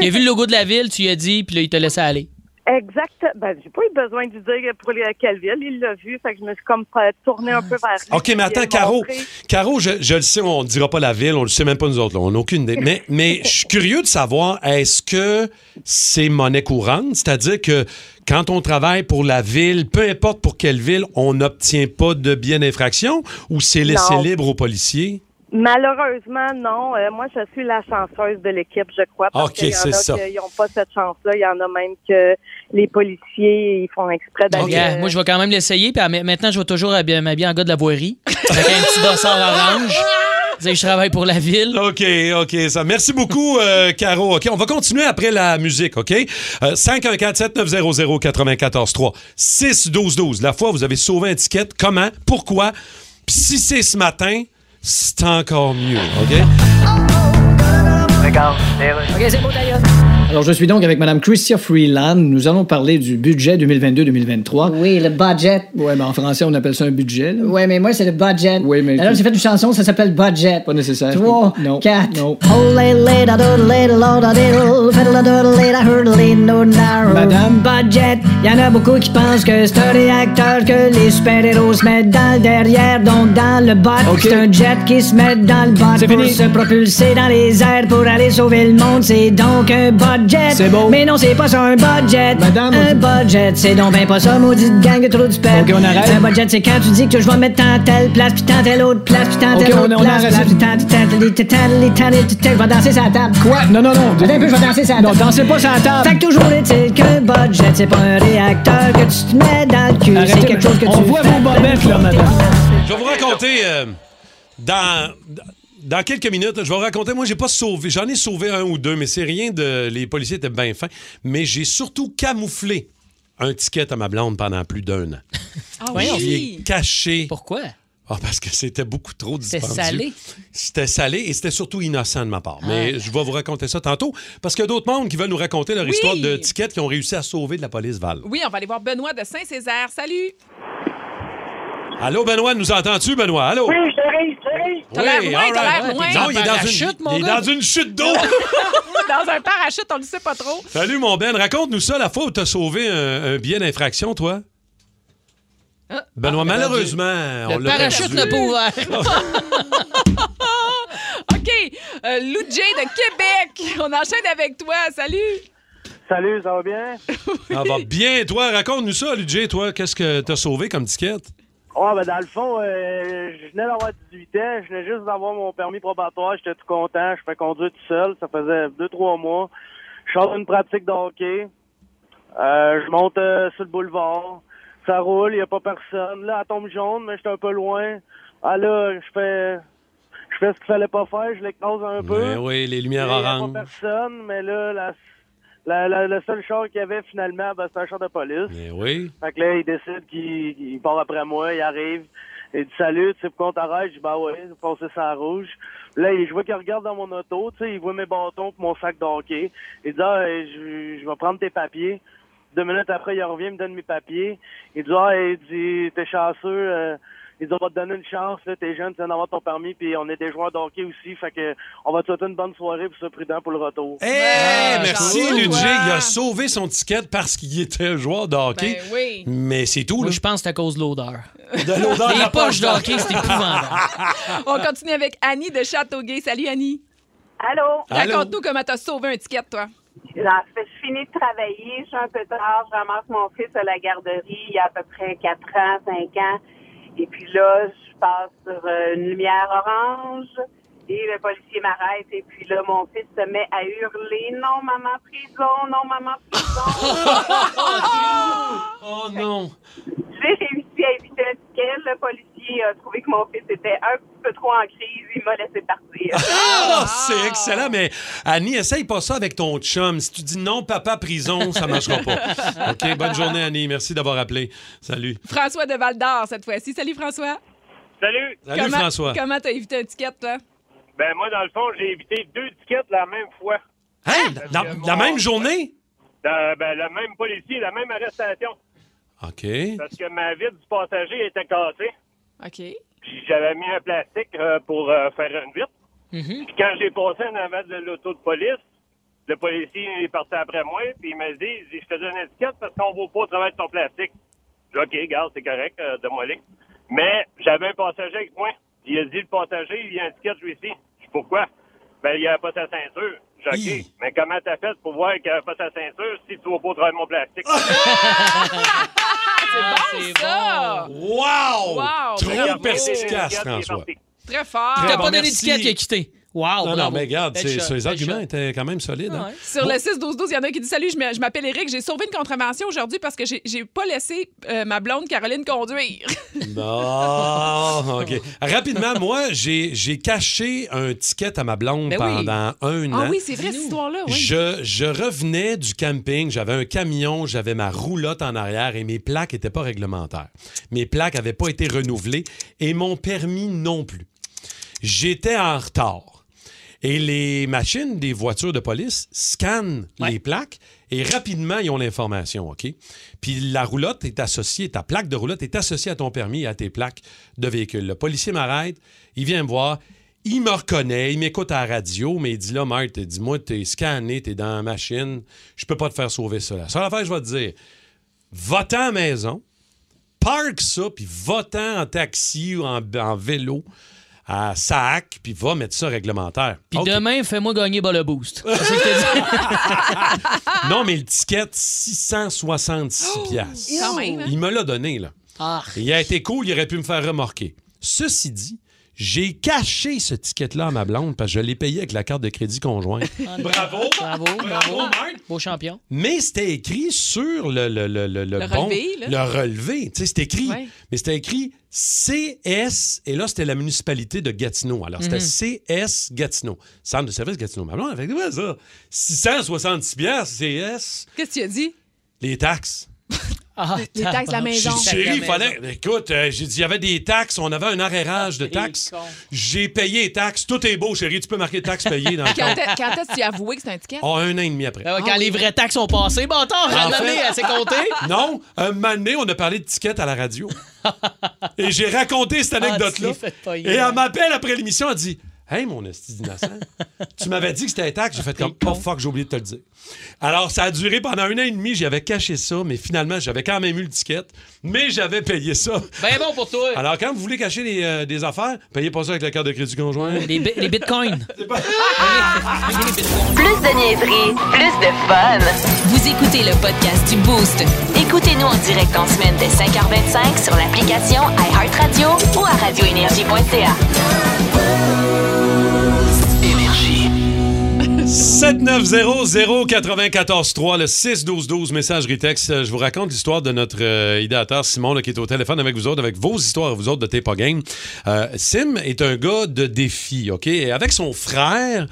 Speaker 4: Il a vu le logo de la ville, tu lui as dit, puis là, il t'a laissé aller.
Speaker 15: Exact. Ben, j'ai pas eu besoin de lui dire pour les- quelle ville. Il l'a vu. Fait que je me suis comme euh, tournée un peu vers lui.
Speaker 6: OK, mais attends,
Speaker 15: Bien
Speaker 6: Caro.
Speaker 15: montré.
Speaker 6: Caro, je, je le sais, on ne dira pas la ville, on le sait même pas nous autres, là, on n'a aucune idée. Mais, mais je suis curieux de savoir, est-ce que c'est monnaie courante? C'est-à-dire que quand on travaille pour la ville, peu importe pour quelle ville, on n'obtient pas de bien d'infraction ou c'est laissé
Speaker 15: Non.
Speaker 6: libre aux policiers?
Speaker 15: Malheureusement, non. Euh, moi, je suis la chanceuse de l'équipe, je crois. Parce
Speaker 6: Ok,
Speaker 15: qu'il y en
Speaker 6: c'est
Speaker 15: a
Speaker 6: ça.
Speaker 15: qui n'ont pas cette chance-là. Il y en a même que les policiers, ils font exprès
Speaker 6: Ben,
Speaker 15: d'aller.
Speaker 4: Regarde,
Speaker 15: euh,
Speaker 4: moi, je vais quand même l'essayer, puis à- maintenant, je vais toujours habiller- m'habiller en gars de la voirie, avec un petit dossard orange. Tu sais, Je travaille pour la ville.
Speaker 6: OK, OK. Ça. Merci beaucoup, euh, Caro. OK, on va continuer après la musique, OK? Euh, 514-7900-943. 6-12-12. La fois, vous avez sauvé un ticket. Comment? Pourquoi? Puis si c'est ce matin, c'est encore mieux, OK?
Speaker 8: OK, c'est beau d'ailleurs.
Speaker 7: Alors, je suis donc avec Madame Christia Freeland. Nous allons parler du budget 2022-2023.
Speaker 8: Oui, le budget.
Speaker 7: Ouais, mais en français, on appelle ça un budget. là.
Speaker 8: Ouais, mais moi, c'est le budget. Oui,
Speaker 7: mais-
Speaker 8: Alors, j'ai fait une chanson, ça s'appelle Budget.
Speaker 7: Pas nécessaire.
Speaker 8: Trois,
Speaker 7: non.
Speaker 8: quatre.
Speaker 7: Non.
Speaker 8: Oh, lay, lay, da, doodle, lay, da, la, da, diddle, fiddle, da, doodle, lay, da, hurdle, lay, no, narrow.
Speaker 7: Madame.
Speaker 8: Budget. Y'en a beaucoup qui pensent que c'est un réacteur que les super-héros se mettent dans le derrière, donc dans le bot.
Speaker 7: Ok.
Speaker 8: C'est un jet qui se met dans le bot
Speaker 7: C'est
Speaker 8: pour
Speaker 7: fini.
Speaker 8: se propulser dans les airs pour aller sauver le monde. C'est donc un budget.
Speaker 7: C'est bon.
Speaker 8: Mais non, c'est pas ça un budget.
Speaker 7: Madame,
Speaker 8: Un budget, c'est donc ben pas ça, maudite gang de trous de pète.
Speaker 7: Ok, on arrête.
Speaker 8: Un budget, c'est quand tu dis que je vais mettre tant telle place, puis tant telle autre place, puis tant
Speaker 7: Ok,
Speaker 8: telle
Speaker 7: on-
Speaker 8: autre
Speaker 7: on
Speaker 8: place,
Speaker 7: arrête
Speaker 8: place, puis
Speaker 7: ça.
Speaker 8: tant telle, telle, telle, telle, telle, je vais danser sur la table.
Speaker 7: Quoi? Non, non, non.
Speaker 8: Attends un peu, je vais danser sur la
Speaker 7: Non,
Speaker 8: table.
Speaker 7: dansez pas sur la table.
Speaker 8: Fait que toujours est-il qu'un budget, c'est pas un réacteur que tu te mets dans le cul. C'est
Speaker 7: Arrêtez,
Speaker 8: quelque chose que
Speaker 7: on
Speaker 8: tu
Speaker 7: voit
Speaker 8: fais.
Speaker 7: vos bobettes, là, madame.
Speaker 6: Je vais vous raconter euh, dans. Dans quelques minutes, je vais vous raconter. Moi, j'ai pas sauvé. J'en ai sauvé un ou deux, mais c'est rien de. Les policiers étaient bien fins. Mais j'ai surtout camouflé un ticket à ma blonde pendant plus d'un an.
Speaker 5: Ah
Speaker 6: J'ai
Speaker 5: oui.
Speaker 6: caché.
Speaker 4: Pourquoi?
Speaker 6: Ah, parce que c'était beaucoup trop
Speaker 4: C'était
Speaker 6: dispendieux.
Speaker 4: salé.
Speaker 6: C'était salé et c'était surtout innocent de ma part. Mais je vais vous raconter ça tantôt parce qu'il y a d'autres membres qui veulent nous raconter leur
Speaker 5: Ah. Oui.
Speaker 6: histoire de tickets qui ont réussi à sauver de la police Val.
Speaker 5: Oui, on va aller voir Benoît de Saint-Césaire. Salut!
Speaker 6: Allô, Benoît, nous entends-tu, Benoît? Allô? ah,
Speaker 12: Oui, j'arrive, j'arrive.
Speaker 5: T'as l'air loin, t'as
Speaker 6: alright.
Speaker 5: l'air loin.
Speaker 6: Non, il est dans une il est dans une chute d'eau.
Speaker 5: <laughs> dans un parachute, on ne le sait pas trop.
Speaker 6: Salut, mon Ben. Raconte-nous ça, la fois où t'as sauvé un, un billet d'infraction, toi.
Speaker 5: Ah.
Speaker 6: Benoît,
Speaker 5: Ah,
Speaker 6: malheureusement, on
Speaker 4: Le
Speaker 6: l'a
Speaker 4: parachute
Speaker 6: perdu. Ah,
Speaker 4: n'a pas ouvert.
Speaker 5: <laughs> OK. Euh, Lou J de Québec, on enchaîne avec toi. Salut!
Speaker 9: Salut, ça va bien?
Speaker 4: <laughs>
Speaker 6: Ça Ah, va bien, toi. Raconte-nous ça, Ludger, toi. Qu'est-ce que t'as sauvé comme ticket?
Speaker 9: Ah, ben, dans le fond, euh, je venais d'avoir 18 ans. Je venais juste d'avoir mon permis probatoire. J'étais tout content. Je fais conduire tout seul. Ça faisait 2-3 mois. Je sors d'une pratique de hockey. Euh, je monte euh, sur le boulevard. Ça roule. Il n'y a pas personne. Là, elle tombe jaune, mais j'étais un peu loin. Ah, là, je fais. Je fais ce qu'il fallait pas faire, je l'écrase un peu.
Speaker 6: Ben oui, les
Speaker 9: Il
Speaker 6: lumières
Speaker 9: y a pas
Speaker 6: oranges.
Speaker 9: personne, mais là, la, la, la- le seul char qu'il y avait finalement, ben, c'était un char de police.
Speaker 6: Ben oui.
Speaker 9: Fait que là, il décide qu'il il part après moi, il arrive, il dit salut, tu sais pourquoi on t'arrête? Je dis bah ouais, j'ai passé ça rouge. Là, il- je vois qu'il regarde dans mon auto, tu sais, il voit mes bâtons pis mon sac de hockey. Il dit ah, euh, je, je vais prendre tes papiers. Deux minutes après, il revient, il me donne mes papiers. Il dit ah, il dit t'es chanceux, euh, il dit on va te donner une chance, là, t'es jeune, tu viens d'avoir ton permis, puis on est des joueurs de hockey aussi, fait que on va te souhaiter une bonne soirée pour sois prudent pour le retour.
Speaker 4: Ah,
Speaker 6: Hey, Eh, merci,
Speaker 9: j'en
Speaker 6: Ludger.
Speaker 9: vois.
Speaker 6: Il a sauvé son ticket parce qu'il était un joueur de hockey.
Speaker 5: Ben oui.
Speaker 6: Mais c'est tout,
Speaker 4: Moi,
Speaker 6: là.
Speaker 4: je pense que c'est à cause
Speaker 6: <laughs>
Speaker 4: de l'odeur.
Speaker 6: De l'odeur de
Speaker 4: Les
Speaker 6: la
Speaker 4: poches
Speaker 6: poche
Speaker 4: de hockey, c'est épouvantable.
Speaker 5: On continue avec Annie de Châteauguay. Salut, Annie!
Speaker 12: Allô?
Speaker 5: Raconte-nous comment t'as sauvé un ticket, toi.
Speaker 12: Là, fait, je finis de travailler, je suis un peu tard, je ramasse mon fils à la garderie il y a à peu près 4 ans, 5 ans. Et puis là, je passe sur euh, une lumière orange et le policier m'arrête. Et puis là, mon fils se met à hurler Non, maman, prison, non, maman, prison.
Speaker 6: <laughs> Oh non!
Speaker 12: J'ai réussi à éviter un ticket. Le policier a trouvé que mon fils était un petit peu trop en crise. Il m'a laissé partir.
Speaker 6: Ah, c'est excellent, mais Annie, essaye pas ça avec ton chum. Si tu dis non, papa, prison, ça marchera
Speaker 4: <laughs>
Speaker 6: pas. OK, bonne journée, Annie. Merci d'avoir appelé. Salut.
Speaker 5: François de Val-d'Or, cette fois-ci. Salut, François!
Speaker 16: Salut!
Speaker 6: Salut,
Speaker 5: comment,
Speaker 6: François.
Speaker 5: Comment t'as évité un ticket, toi?
Speaker 16: Ben, moi, dans le fond, j'ai évité deux tickets la même fois. Euh,
Speaker 6: Hein? Dans- la même journée?
Speaker 16: Dans- ben, le même policier, la même arrestation.
Speaker 6: OK.
Speaker 16: Parce que ma vitre du passager était cassée.
Speaker 5: OK.
Speaker 16: Puis J'avais mis un plastique euh, pour euh, faire une vitre. Puis quand j'ai passé en avant de l'auto de police, le policier est parti après moi, puis il m'a dit, il dit, je te donne une étiquette parce qu'on ne vaut pas au travers de ton plastique. J'ai dit, OK, garde, c'est correct, euh, donne-moi les. Mais j'avais un passager avec moi. Il a dit, le passager, il y a une étiquette, lui aussi. Je dis, pourquoi? Ben, il n'y avait pas sa ceinture. J'ai dit, OK, mais comment t'as fait pour voir qu'il n'y avait pas sa ceinture si tu ne vas pas au travers de mon
Speaker 5: <laughs>
Speaker 16: plastique?
Speaker 5: Ah, c'est bon, ça!
Speaker 6: Wow!
Speaker 5: Wow!
Speaker 6: Trop
Speaker 5: bravo.
Speaker 6: perspicace, François.
Speaker 5: Très fort!
Speaker 6: Très
Speaker 4: Ah, T'as
Speaker 6: bon,
Speaker 4: pas donné
Speaker 6: merci.
Speaker 4: l'étiquette qui a quitté. Wow!
Speaker 6: non, non,
Speaker 4: bravo.
Speaker 6: mais regarde,
Speaker 4: Belle
Speaker 6: c'est-
Speaker 4: shot,
Speaker 6: ses
Speaker 4: belle
Speaker 6: arguments
Speaker 4: shot. Ah,
Speaker 6: étaient quand même solides. hein.
Speaker 5: Sur le 6-12-12, il y en a un qui dit Salut, je m'a- je m'appelle Eric, j'ai sauvé une contravention aujourd'hui parce que j'ai- j'ai pas laissé euh, ma blonde Caroline conduire.
Speaker 6: <laughs> Non, OK. Rapidement, moi, j'ai j'ai caché un ticket à ma blonde
Speaker 5: Ben oui.
Speaker 6: pendant un an.
Speaker 5: ah oui, c'est vrai cette histoire-là, oui.
Speaker 6: Je, je revenais du camping, j'avais un camion, j'avais ma roulotte en arrière et mes plaques n'étaient pas réglementaires. Mes plaques n'avaient pas été renouvelées et mon permis non plus. J'étais en retard. Et les machines des voitures de police scannent les plaques et rapidement, ils ont l'information, OK? Puis la roulotte est associée, ta plaque de roulotte est associée à ton permis et à tes plaques de véhicule. Le policier m'arrête, il vient me voir, il me reconnaît, il m'écoute à la radio, mais il dit là, Marthe, dis-moi, t'es scanné, t'es dans la machine, je peux pas te faire sauver ça. La seule affaire, je vais te dire, va-t'en à la maison, parque ça, puis va-t'en en taxi ou en, en vélo à Sac, puis va mettre ça réglementaire.
Speaker 4: Puis demain, fais-moi gagner bas le
Speaker 6: <laughs>
Speaker 4: boost. C'est ce que je te dis.
Speaker 6: Non, mais le ticket, 666 piastres.
Speaker 4: Oh, Quand même, hein?
Speaker 6: Il me l'a donné, là.
Speaker 5: Ah.
Speaker 6: Il a été cool, il aurait pu me faire remorquer. Ceci dit, j'ai caché ce ticket-là à ma blonde parce que je l'ai payé avec la carte de crédit conjointe.
Speaker 4: Bravo! Bravo, bravo. Beau champion.
Speaker 6: Mais c'était écrit sur le, le, le, le,
Speaker 4: Le
Speaker 6: bon-
Speaker 4: relevé, là.
Speaker 6: le relevé. Tu sais, c'était écrit.
Speaker 4: Ouais.
Speaker 6: Mais c'était écrit CS, et là, c'était la municipalité de Gatineau. Alors, c'était
Speaker 14: Mhm.
Speaker 6: CS Gatineau. Centre de service Gatineau. Ma blonde, elle fait Ouais, ça. 666 piastres, CS.
Speaker 5: Qu'est-ce que tu as dit?
Speaker 6: Les taxes.
Speaker 4: Ah,
Speaker 5: Les taxes de la maison.
Speaker 6: J'ai dit, chérie, il fallait. Écoute, euh, j'ai dit, il y avait des taxes, on avait un arrérage de taxes. J'ai payé les taxes. Tout est beau, chérie, tu peux marquer taxes payées
Speaker 4: <laughs>
Speaker 6: dans le
Speaker 5: Quand
Speaker 6: compte.
Speaker 5: est- quand est-ce que tu as avoué que c'est un ticket?
Speaker 6: Ah, un an et demi après.
Speaker 4: Ah ouais, quand les vraies taxes sont passées, bon, attends,
Speaker 6: En fait-
Speaker 4: à l'année, elle s'est comptée.
Speaker 6: <laughs> Non, un moment donné, on a parlé de tickets à la
Speaker 4: <laughs>
Speaker 6: radio. Et j'ai raconté cette
Speaker 4: Ah,
Speaker 6: anecdote-là.
Speaker 4: tu t'es fait
Speaker 6: et
Speaker 4: pogner.
Speaker 6: elle m'appelle après l'émission, elle dit Hey, mon esti d'innocent, tu m'avais dit que c'était intact. J'ai fait comme Oh fuck, j'ai oublié de te le dire. Alors, ça a duré pendant un an et demi. J'avais caché ça, mais finalement, j'avais quand même eu le ticket, mais j'avais payé ça.
Speaker 4: Ben bon pour toi.
Speaker 6: Alors, quand vous voulez cacher des, euh, des affaires, payez pas ça avec la carte de crédit conjoint.
Speaker 4: Les, bi- les bitcoins.
Speaker 1: Plus de niaiserie, plus de fun. Vous écoutez le podcast du Boost. Écoutez-nous en direct en semaine dès 5h25 sur l'application iHeartRadio ou à radioénergie.ca.
Speaker 6: 790-0943, le 6-12-12, message Ritex. Euh, Je vous raconte l'histoire de notre euh, idéateur Simon là, qui est au téléphone avec vous autres, avec vos histoires, à vous autres de Tape Pas Game. Euh, Sim est un gars de défi, OK? Et avec son frère,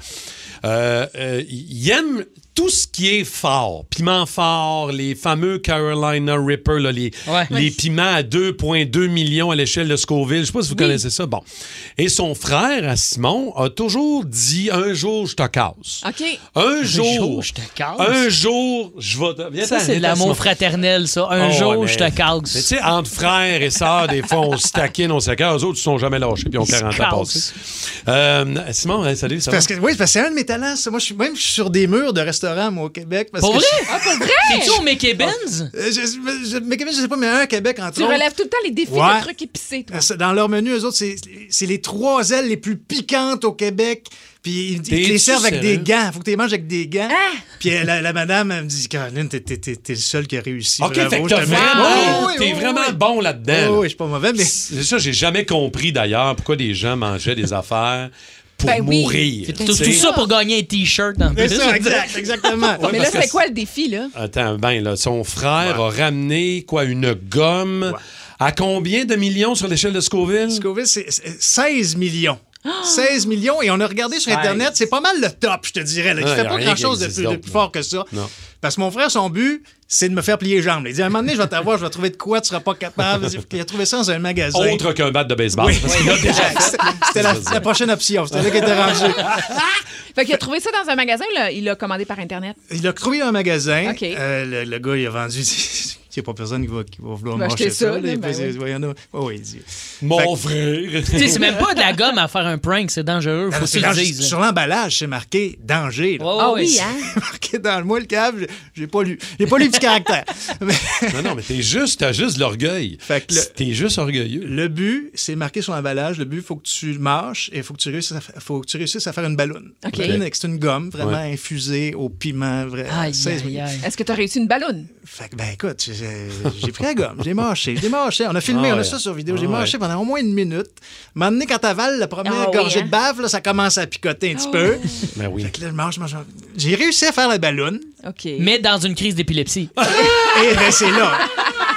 Speaker 6: euh, euh, il aime tout ce qui est fort. Piment fort, les fameux Carolina Ripper, là, les, les piments à 2,2 millions à l'échelle de Scoville. Je sais pas si vous connaissez ça. Bon. Et son frère, à Simon, a toujours dit un jour, je te casse.
Speaker 5: OK.
Speaker 6: Un jour,
Speaker 4: jour, je te casse.
Speaker 6: Un jour, je vais. te- Viens
Speaker 4: Ça,
Speaker 6: t'en-
Speaker 4: c'est
Speaker 6: viens
Speaker 4: de l'amour
Speaker 6: t'asseoir.
Speaker 4: fraternel, ça. Un
Speaker 6: Oh,
Speaker 4: jour,
Speaker 6: ouais,
Speaker 4: je
Speaker 6: mais-
Speaker 4: te
Speaker 6: mais Tu
Speaker 4: calce.
Speaker 6: sais, entre frères et sœurs, des fois, on se taquine, on se casse. Eux autres, ils se sont jamais lâchés, puis ils ont
Speaker 13: Ils se
Speaker 6: 40 ans passés.
Speaker 13: cassent.
Speaker 6: Euh, Simon, hein, salut, ça va?
Speaker 13: Parce que, oui, c'est parce que c'est un de mes talents. ça. Moi, je suis même je suis sur des murs de restaurants, moi, au Québec. Parce
Speaker 4: Pour
Speaker 13: que
Speaker 4: vrai?
Speaker 13: je-
Speaker 4: Ah, pour vrai? C'est-tu au Mickey Benz?
Speaker 13: Euh, je, je- je- Mickey Benz, je sais pas, mais un à Québec, entre
Speaker 5: Tu
Speaker 13: autres.
Speaker 5: relèves tout le temps les défis
Speaker 13: Ouais.
Speaker 5: de trucs épicés, toi.
Speaker 13: Euh, c'est- Dans leur menu, eux autres, c'est c'est les trois ailes les plus piquantes au Québec. Puis ils, ils te
Speaker 6: T'es-tu
Speaker 13: les servent avec
Speaker 6: sérieux?
Speaker 13: des gants. Faut que tu les manges avec des gants.
Speaker 4: Ah!
Speaker 13: Puis euh, la, la madame, elle me dit Caroline, t'es t'es- t'es- t'es le seul qui a réussi.
Speaker 6: OK,
Speaker 13: Bravo,
Speaker 6: fait que
Speaker 13: je
Speaker 6: t'as
Speaker 13: te mets-
Speaker 6: vraiment,
Speaker 13: Oui, oui,
Speaker 6: t'es
Speaker 13: oui,
Speaker 6: vraiment
Speaker 13: oui.
Speaker 6: bon là-dedans.
Speaker 13: Oui, oui, je suis pas mauvais, mais.
Speaker 6: C'est ça, j'ai jamais compris d'ailleurs pourquoi des gens mangeaient des affaires pour
Speaker 5: Ben oui.
Speaker 6: mourir.
Speaker 4: Tout,
Speaker 6: tu sais.
Speaker 4: tout ça pour gagner un T-shirt. en
Speaker 13: C'est
Speaker 4: plus.
Speaker 13: ça, exact, exactement.
Speaker 4: <laughs>
Speaker 6: Ouais,
Speaker 5: mais là,
Speaker 6: parce que
Speaker 5: c'était quoi le défi,
Speaker 13: <laughs>
Speaker 5: là?
Speaker 6: Attends, ben là, son frère a ramené quoi, une gomme à combien de millions sur l'échelle de Scoville?
Speaker 13: Scoville, c'est c'est
Speaker 5: <gasps>
Speaker 13: 16 millions.
Speaker 5: Ah!
Speaker 13: 16 millions et on a regardé sur
Speaker 6: 16.
Speaker 13: Internet, c'est pas mal le top, je te dirais. Là. Il
Speaker 6: Ah, y
Speaker 13: fait
Speaker 6: a
Speaker 13: pas
Speaker 6: rien
Speaker 13: grand-chose
Speaker 6: qui
Speaker 13: de
Speaker 6: existe
Speaker 13: plus, de
Speaker 6: d'autre,
Speaker 13: plus fort que ça.
Speaker 6: Non.
Speaker 13: Parce que mon frère, son but, c'est de me faire plier les jambes. Il dit, à un moment donné, je vais t'avoir, je vais trouver de quoi, tu seras pas capable. Il a trouvé ça dans un magasin.
Speaker 6: Autre qu'un bat de baseball.
Speaker 13: Oui.
Speaker 6: parce qu'il a déjà
Speaker 13: Exact.
Speaker 6: fait.
Speaker 13: <laughs> C'était la, la prochaine option. C'était là qu'il était rendu.
Speaker 5: Fait qu'il a trouvé ça dans un magasin, là, il l'a commandé par Internet.
Speaker 13: Il a trouvé dans un magasin.
Speaker 5: OK.
Speaker 13: Euh, le, le gars, il a vendu. <laughs> Il n'y a pas personne qui va, qui va vouloir
Speaker 5: Il va
Speaker 13: manger
Speaker 5: acheter ça,
Speaker 13: ça. là.
Speaker 5: là,
Speaker 13: Il
Speaker 5: ben
Speaker 13: fait,
Speaker 5: oui.
Speaker 13: ouais, il y en a- ouais, ouais, il dit-
Speaker 6: Mon
Speaker 13: Fait que-
Speaker 6: frère.
Speaker 4: Tu sais,
Speaker 13: <laughs>
Speaker 4: c'est même pas de la gomme à faire un prank, c'est dangereux,
Speaker 13: Ah,
Speaker 4: faut que
Speaker 13: c'est
Speaker 4: tu le
Speaker 13: dans-
Speaker 4: dises.
Speaker 13: Sur l'emballage, c'est marqué danger. là.
Speaker 4: Ouais, ouais, Ah oui,
Speaker 13: C'est
Speaker 4: hein?
Speaker 13: <laughs> marqué dans le moi le cave, j'ai- j'ai pas lu. J'ai pas lu le
Speaker 5: <laughs>
Speaker 13: petit caractère. Mais
Speaker 6: Non, non, mais t'es juste, t'as juste de l'orgueil. T'es juste orgueilleux.
Speaker 13: le but, c'est marqué sur l'emballage. Le but, faut que tu marches et faut que tu réussisses à, fa- faut que tu réussisses à faire une ballonne.
Speaker 5: OK.
Speaker 13: C'est une- C'est une gomme vraiment
Speaker 5: Ouais.
Speaker 13: infusée au piment. Vrai,
Speaker 5: Aïe,
Speaker 13: 16 minutes.
Speaker 5: Est-ce que tu as réussi une ballonne?
Speaker 13: Fait que, ben écoute, j'ai j'ai pris la gomme, j'ai mâché, j'ai mâché. On a filmé,
Speaker 5: Ah
Speaker 13: on a
Speaker 5: ouais.
Speaker 13: ça sur vidéo,
Speaker 5: Ah
Speaker 13: j'ai mâché pendant au moins une minute. M'amener quand t'avales la première
Speaker 5: Ah oui,
Speaker 13: gorgée
Speaker 5: hein? Ah
Speaker 13: de bave, là, ça commence à picoter un petit peu.
Speaker 6: Ben oui.
Speaker 13: Fait que là, je mange, je mange. J'ai réussi à faire la ballonne.
Speaker 5: OK.
Speaker 4: Mais dans une
Speaker 13: <laughs>
Speaker 4: crise d'épilepsie.
Speaker 13: Et ben, c'est là.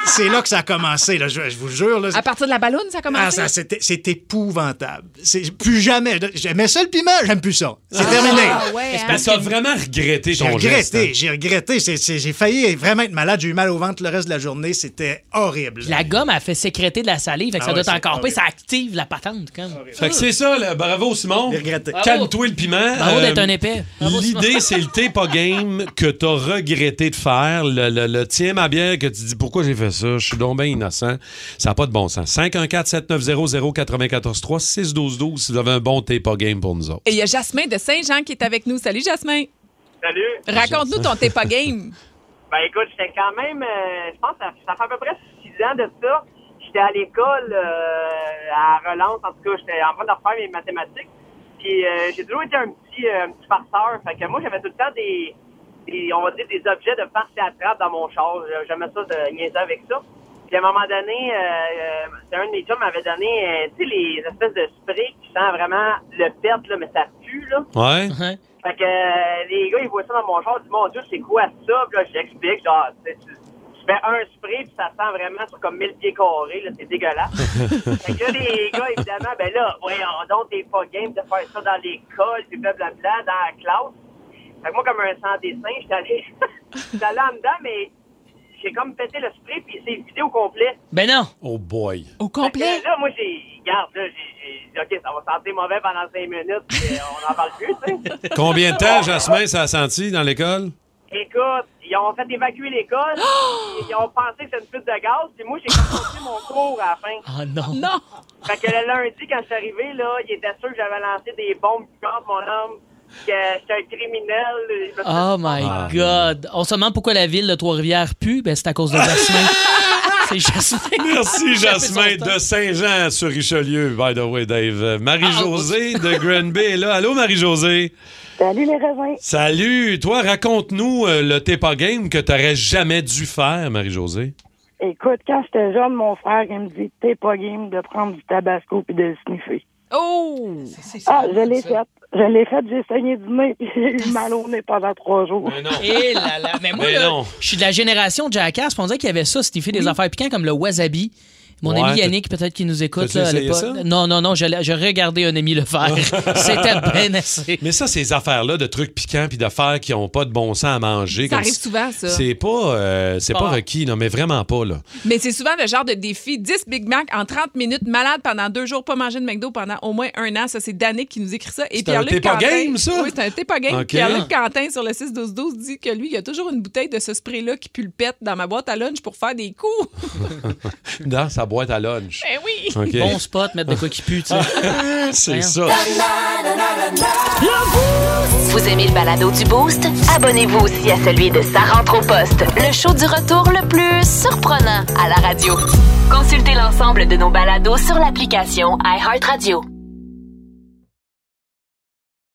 Speaker 13: C'est là que ça a commencé, là, je, je vous jure. Là,
Speaker 5: À partir de la ballonne, ça a
Speaker 13: Ah,
Speaker 5: commencé?
Speaker 13: ça, c'était- c'est épouvantable. C'est- Plus jamais. J'aimais ça le piment, j'aime plus ça. C'est terminé.
Speaker 5: Ah, ouais, hein?
Speaker 6: Parce que t'as vraiment regretté
Speaker 13: J'ai
Speaker 6: ton geste.
Speaker 13: regretté,
Speaker 6: hein.
Speaker 13: j'ai regretté. C'est- c'est- J'ai failli vraiment être malade. J'ai eu mal au ventre le reste de la journée. C'était horrible.
Speaker 4: La gomme, elle fait sécréter de la salive, fait que
Speaker 13: Ah
Speaker 4: ça
Speaker 13: ouais,
Speaker 4: doit
Speaker 13: c'est
Speaker 4: encore pire,
Speaker 13: horrible.
Speaker 4: ça active la patente. Comme.
Speaker 6: Fait que c'est ça, là. bravo Simon.
Speaker 4: Bravo.
Speaker 6: Calme-toi le piment. euh,
Speaker 4: Bravo d'être un épais. Bravo,
Speaker 6: L'idée, c'est le thé pas game que t'as regretté de faire. Le, le, le tien ma bière que tu dis pourquoi j'ai fait ça. Je suis donc bien innocent. Ça n'a pas de bon sens. 514 790 943 612 12 si vous avez un bon thé pas game pour nous autres.
Speaker 5: Et il y a Jasmin de Saint-Jean qui est avec nous. Salut, Jasmin.
Speaker 12: Salut.
Speaker 5: Raconte-nous ton T'es pas game.
Speaker 12: Ben écoute, j'étais quand même, euh, je pense, que ça, ça fait à peu près six ans de ça. J'étais à l'école euh, à relance, en tout cas, j'étais en train de refaire mes mathématiques. Puis euh, j'ai toujours été un petit, euh, un petit farceur. Fait que moi, j'avais tout le temps des, des- on va dire, des objets de farce et attrape dans mon char. J'aimais ça de niaiser avec ça. Puis à un moment donné, euh, euh, un de mes chums m'avait donné, euh, tu sais, les espèces de sprays qui sent vraiment le pet, là, mais ça pue, là.
Speaker 6: Ouais.
Speaker 12: Fait que euh, les gars, ils voient ça dans mon char, ils disent Mon Dieu, c'est quoi ça? Puis là, j'explique, genre, tu sais, tu tu fais un spray, puis ça sent vraiment sur comme 1000 pieds carrés, là, c'est dégueulasse.
Speaker 6: <laughs>
Speaker 12: fait que là, les gars, évidemment, ben là, voyons donc, t'es pas game de faire ça dans l'école, puis blablabla, dans <laughs> la classe. Fait que moi, comme un sans-dessin, j'étais allé, j'étais allé en dedans, mais j'ai- j'ai comme pété le spray, puis c'est vidé au complet.
Speaker 4: Ben non.
Speaker 6: Oh boy.
Speaker 4: Au
Speaker 12: Fait que Là, moi, j'ai. Regarde, là, j'ai. j'ai- OK, ça va sentir mauvais pendant cinq minutes, puis euh, on n'en parle plus, tu sais.
Speaker 6: Combien de temps, Jasmin, ça a senti dans l'école?
Speaker 12: Écoute, ils ont fait évacuer
Speaker 4: <gasps>
Speaker 12: l'école, puis ils ont pensé que c'était une fuite de gaz, puis moi, j'ai commencé mon cours à la fin.
Speaker 4: Ah <laughs> non.
Speaker 5: Non!
Speaker 12: Fait que le lundi, quand je suis arrivé, là, il était sûr que j'avais lancé des bombes contre mon homme, que j'étais un criminel. je me suis-
Speaker 4: Oh my
Speaker 6: Ah,
Speaker 4: God. On se demande pourquoi la ville de Trois-Rivières pue. Ben, c'est à cause
Speaker 13: <laughs>
Speaker 4: de Jasmin. c'est Jasmin. <laughs>
Speaker 6: Merci, Jasmin
Speaker 4: Jasmin.
Speaker 6: de Saint-Jean sur Richelieu, by the way, Dave. Euh, Marie-Josée
Speaker 4: Ah,
Speaker 6: de Granby est là. Allô, Marie-Josée.
Speaker 15: Salut les raisins.
Speaker 6: Salut. Toi, raconte-nous euh, le T'es pas game que t'aurais jamais dû faire, Marie-Josée.
Speaker 15: Écoute, quand j'étais jeune, mon frère, il me dit T'es pas game de prendre du tabasco puis de le sniffer.
Speaker 5: Oh!
Speaker 15: Ah, je l'ai fait. Je l'ai fait, j'ai saigné du nez puis j'ai
Speaker 4: <laughs>
Speaker 15: eu mal au nez pendant trois jours.
Speaker 4: Eh là là. Mais moi,
Speaker 15: Mais
Speaker 4: là,
Speaker 15: non.
Speaker 4: je suis de la génération de Jackass. puis On disait qu'il y avait ça, Sniffy, des affaires piquantes comme le wasabi. Mon
Speaker 6: Ouais,
Speaker 4: ami
Speaker 6: t'as-
Speaker 4: Yannick, peut-être qu'il nous écoute.
Speaker 6: t'as-tu
Speaker 4: Là, à
Speaker 6: essayé
Speaker 4: l'époque.
Speaker 6: ça?
Speaker 4: Non, non, non, je l'ai- j'ai regardé un ami
Speaker 6: <laughs>
Speaker 4: le faire. C'était bien assez.
Speaker 6: Mais ça, ces affaires-là de trucs piquants puis d'affaires qui ont pas de bon sens à manger.
Speaker 5: Ça
Speaker 6: comme
Speaker 5: arrive
Speaker 6: si-
Speaker 5: souvent, ça.
Speaker 6: C'est pas, euh, c'est
Speaker 5: Pas
Speaker 6: pas
Speaker 5: rare.
Speaker 6: requis, non, mais vraiment pas, là. <laughs>
Speaker 5: Mais c'est souvent le genre de défi. 10 Big Mac en 30 minutes, malade pendant deux jours, pas manger de McDo pendant au moins un an. Ça, c'est Danick qui nous écrit ça. Et
Speaker 6: C'est un T'es pas game, ça?
Speaker 5: Oui, c'est un t'es pas game.
Speaker 6: OK.
Speaker 5: Pierre-Luc Quentin sur le 6-12-12 dit que lui, il y a toujours une bouteille de ce spray-là qui pulpette dans ma boîte à lunch pour faire des coups.
Speaker 6: dans sa boîte à lunch.
Speaker 5: Eh oui!
Speaker 6: OK.
Speaker 4: Ben Bon spot, mettre de quoi qui pue, tu
Speaker 6: <laughs>
Speaker 4: sais.
Speaker 6: C'est ça.
Speaker 1: Vous aimez le balado du Boost? Abonnez-vous aussi à celui de Sa rentre au poste, le show du retour le plus surprenant à la radio. Consultez l'ensemble de nos balados sur l'application iHeartRadio.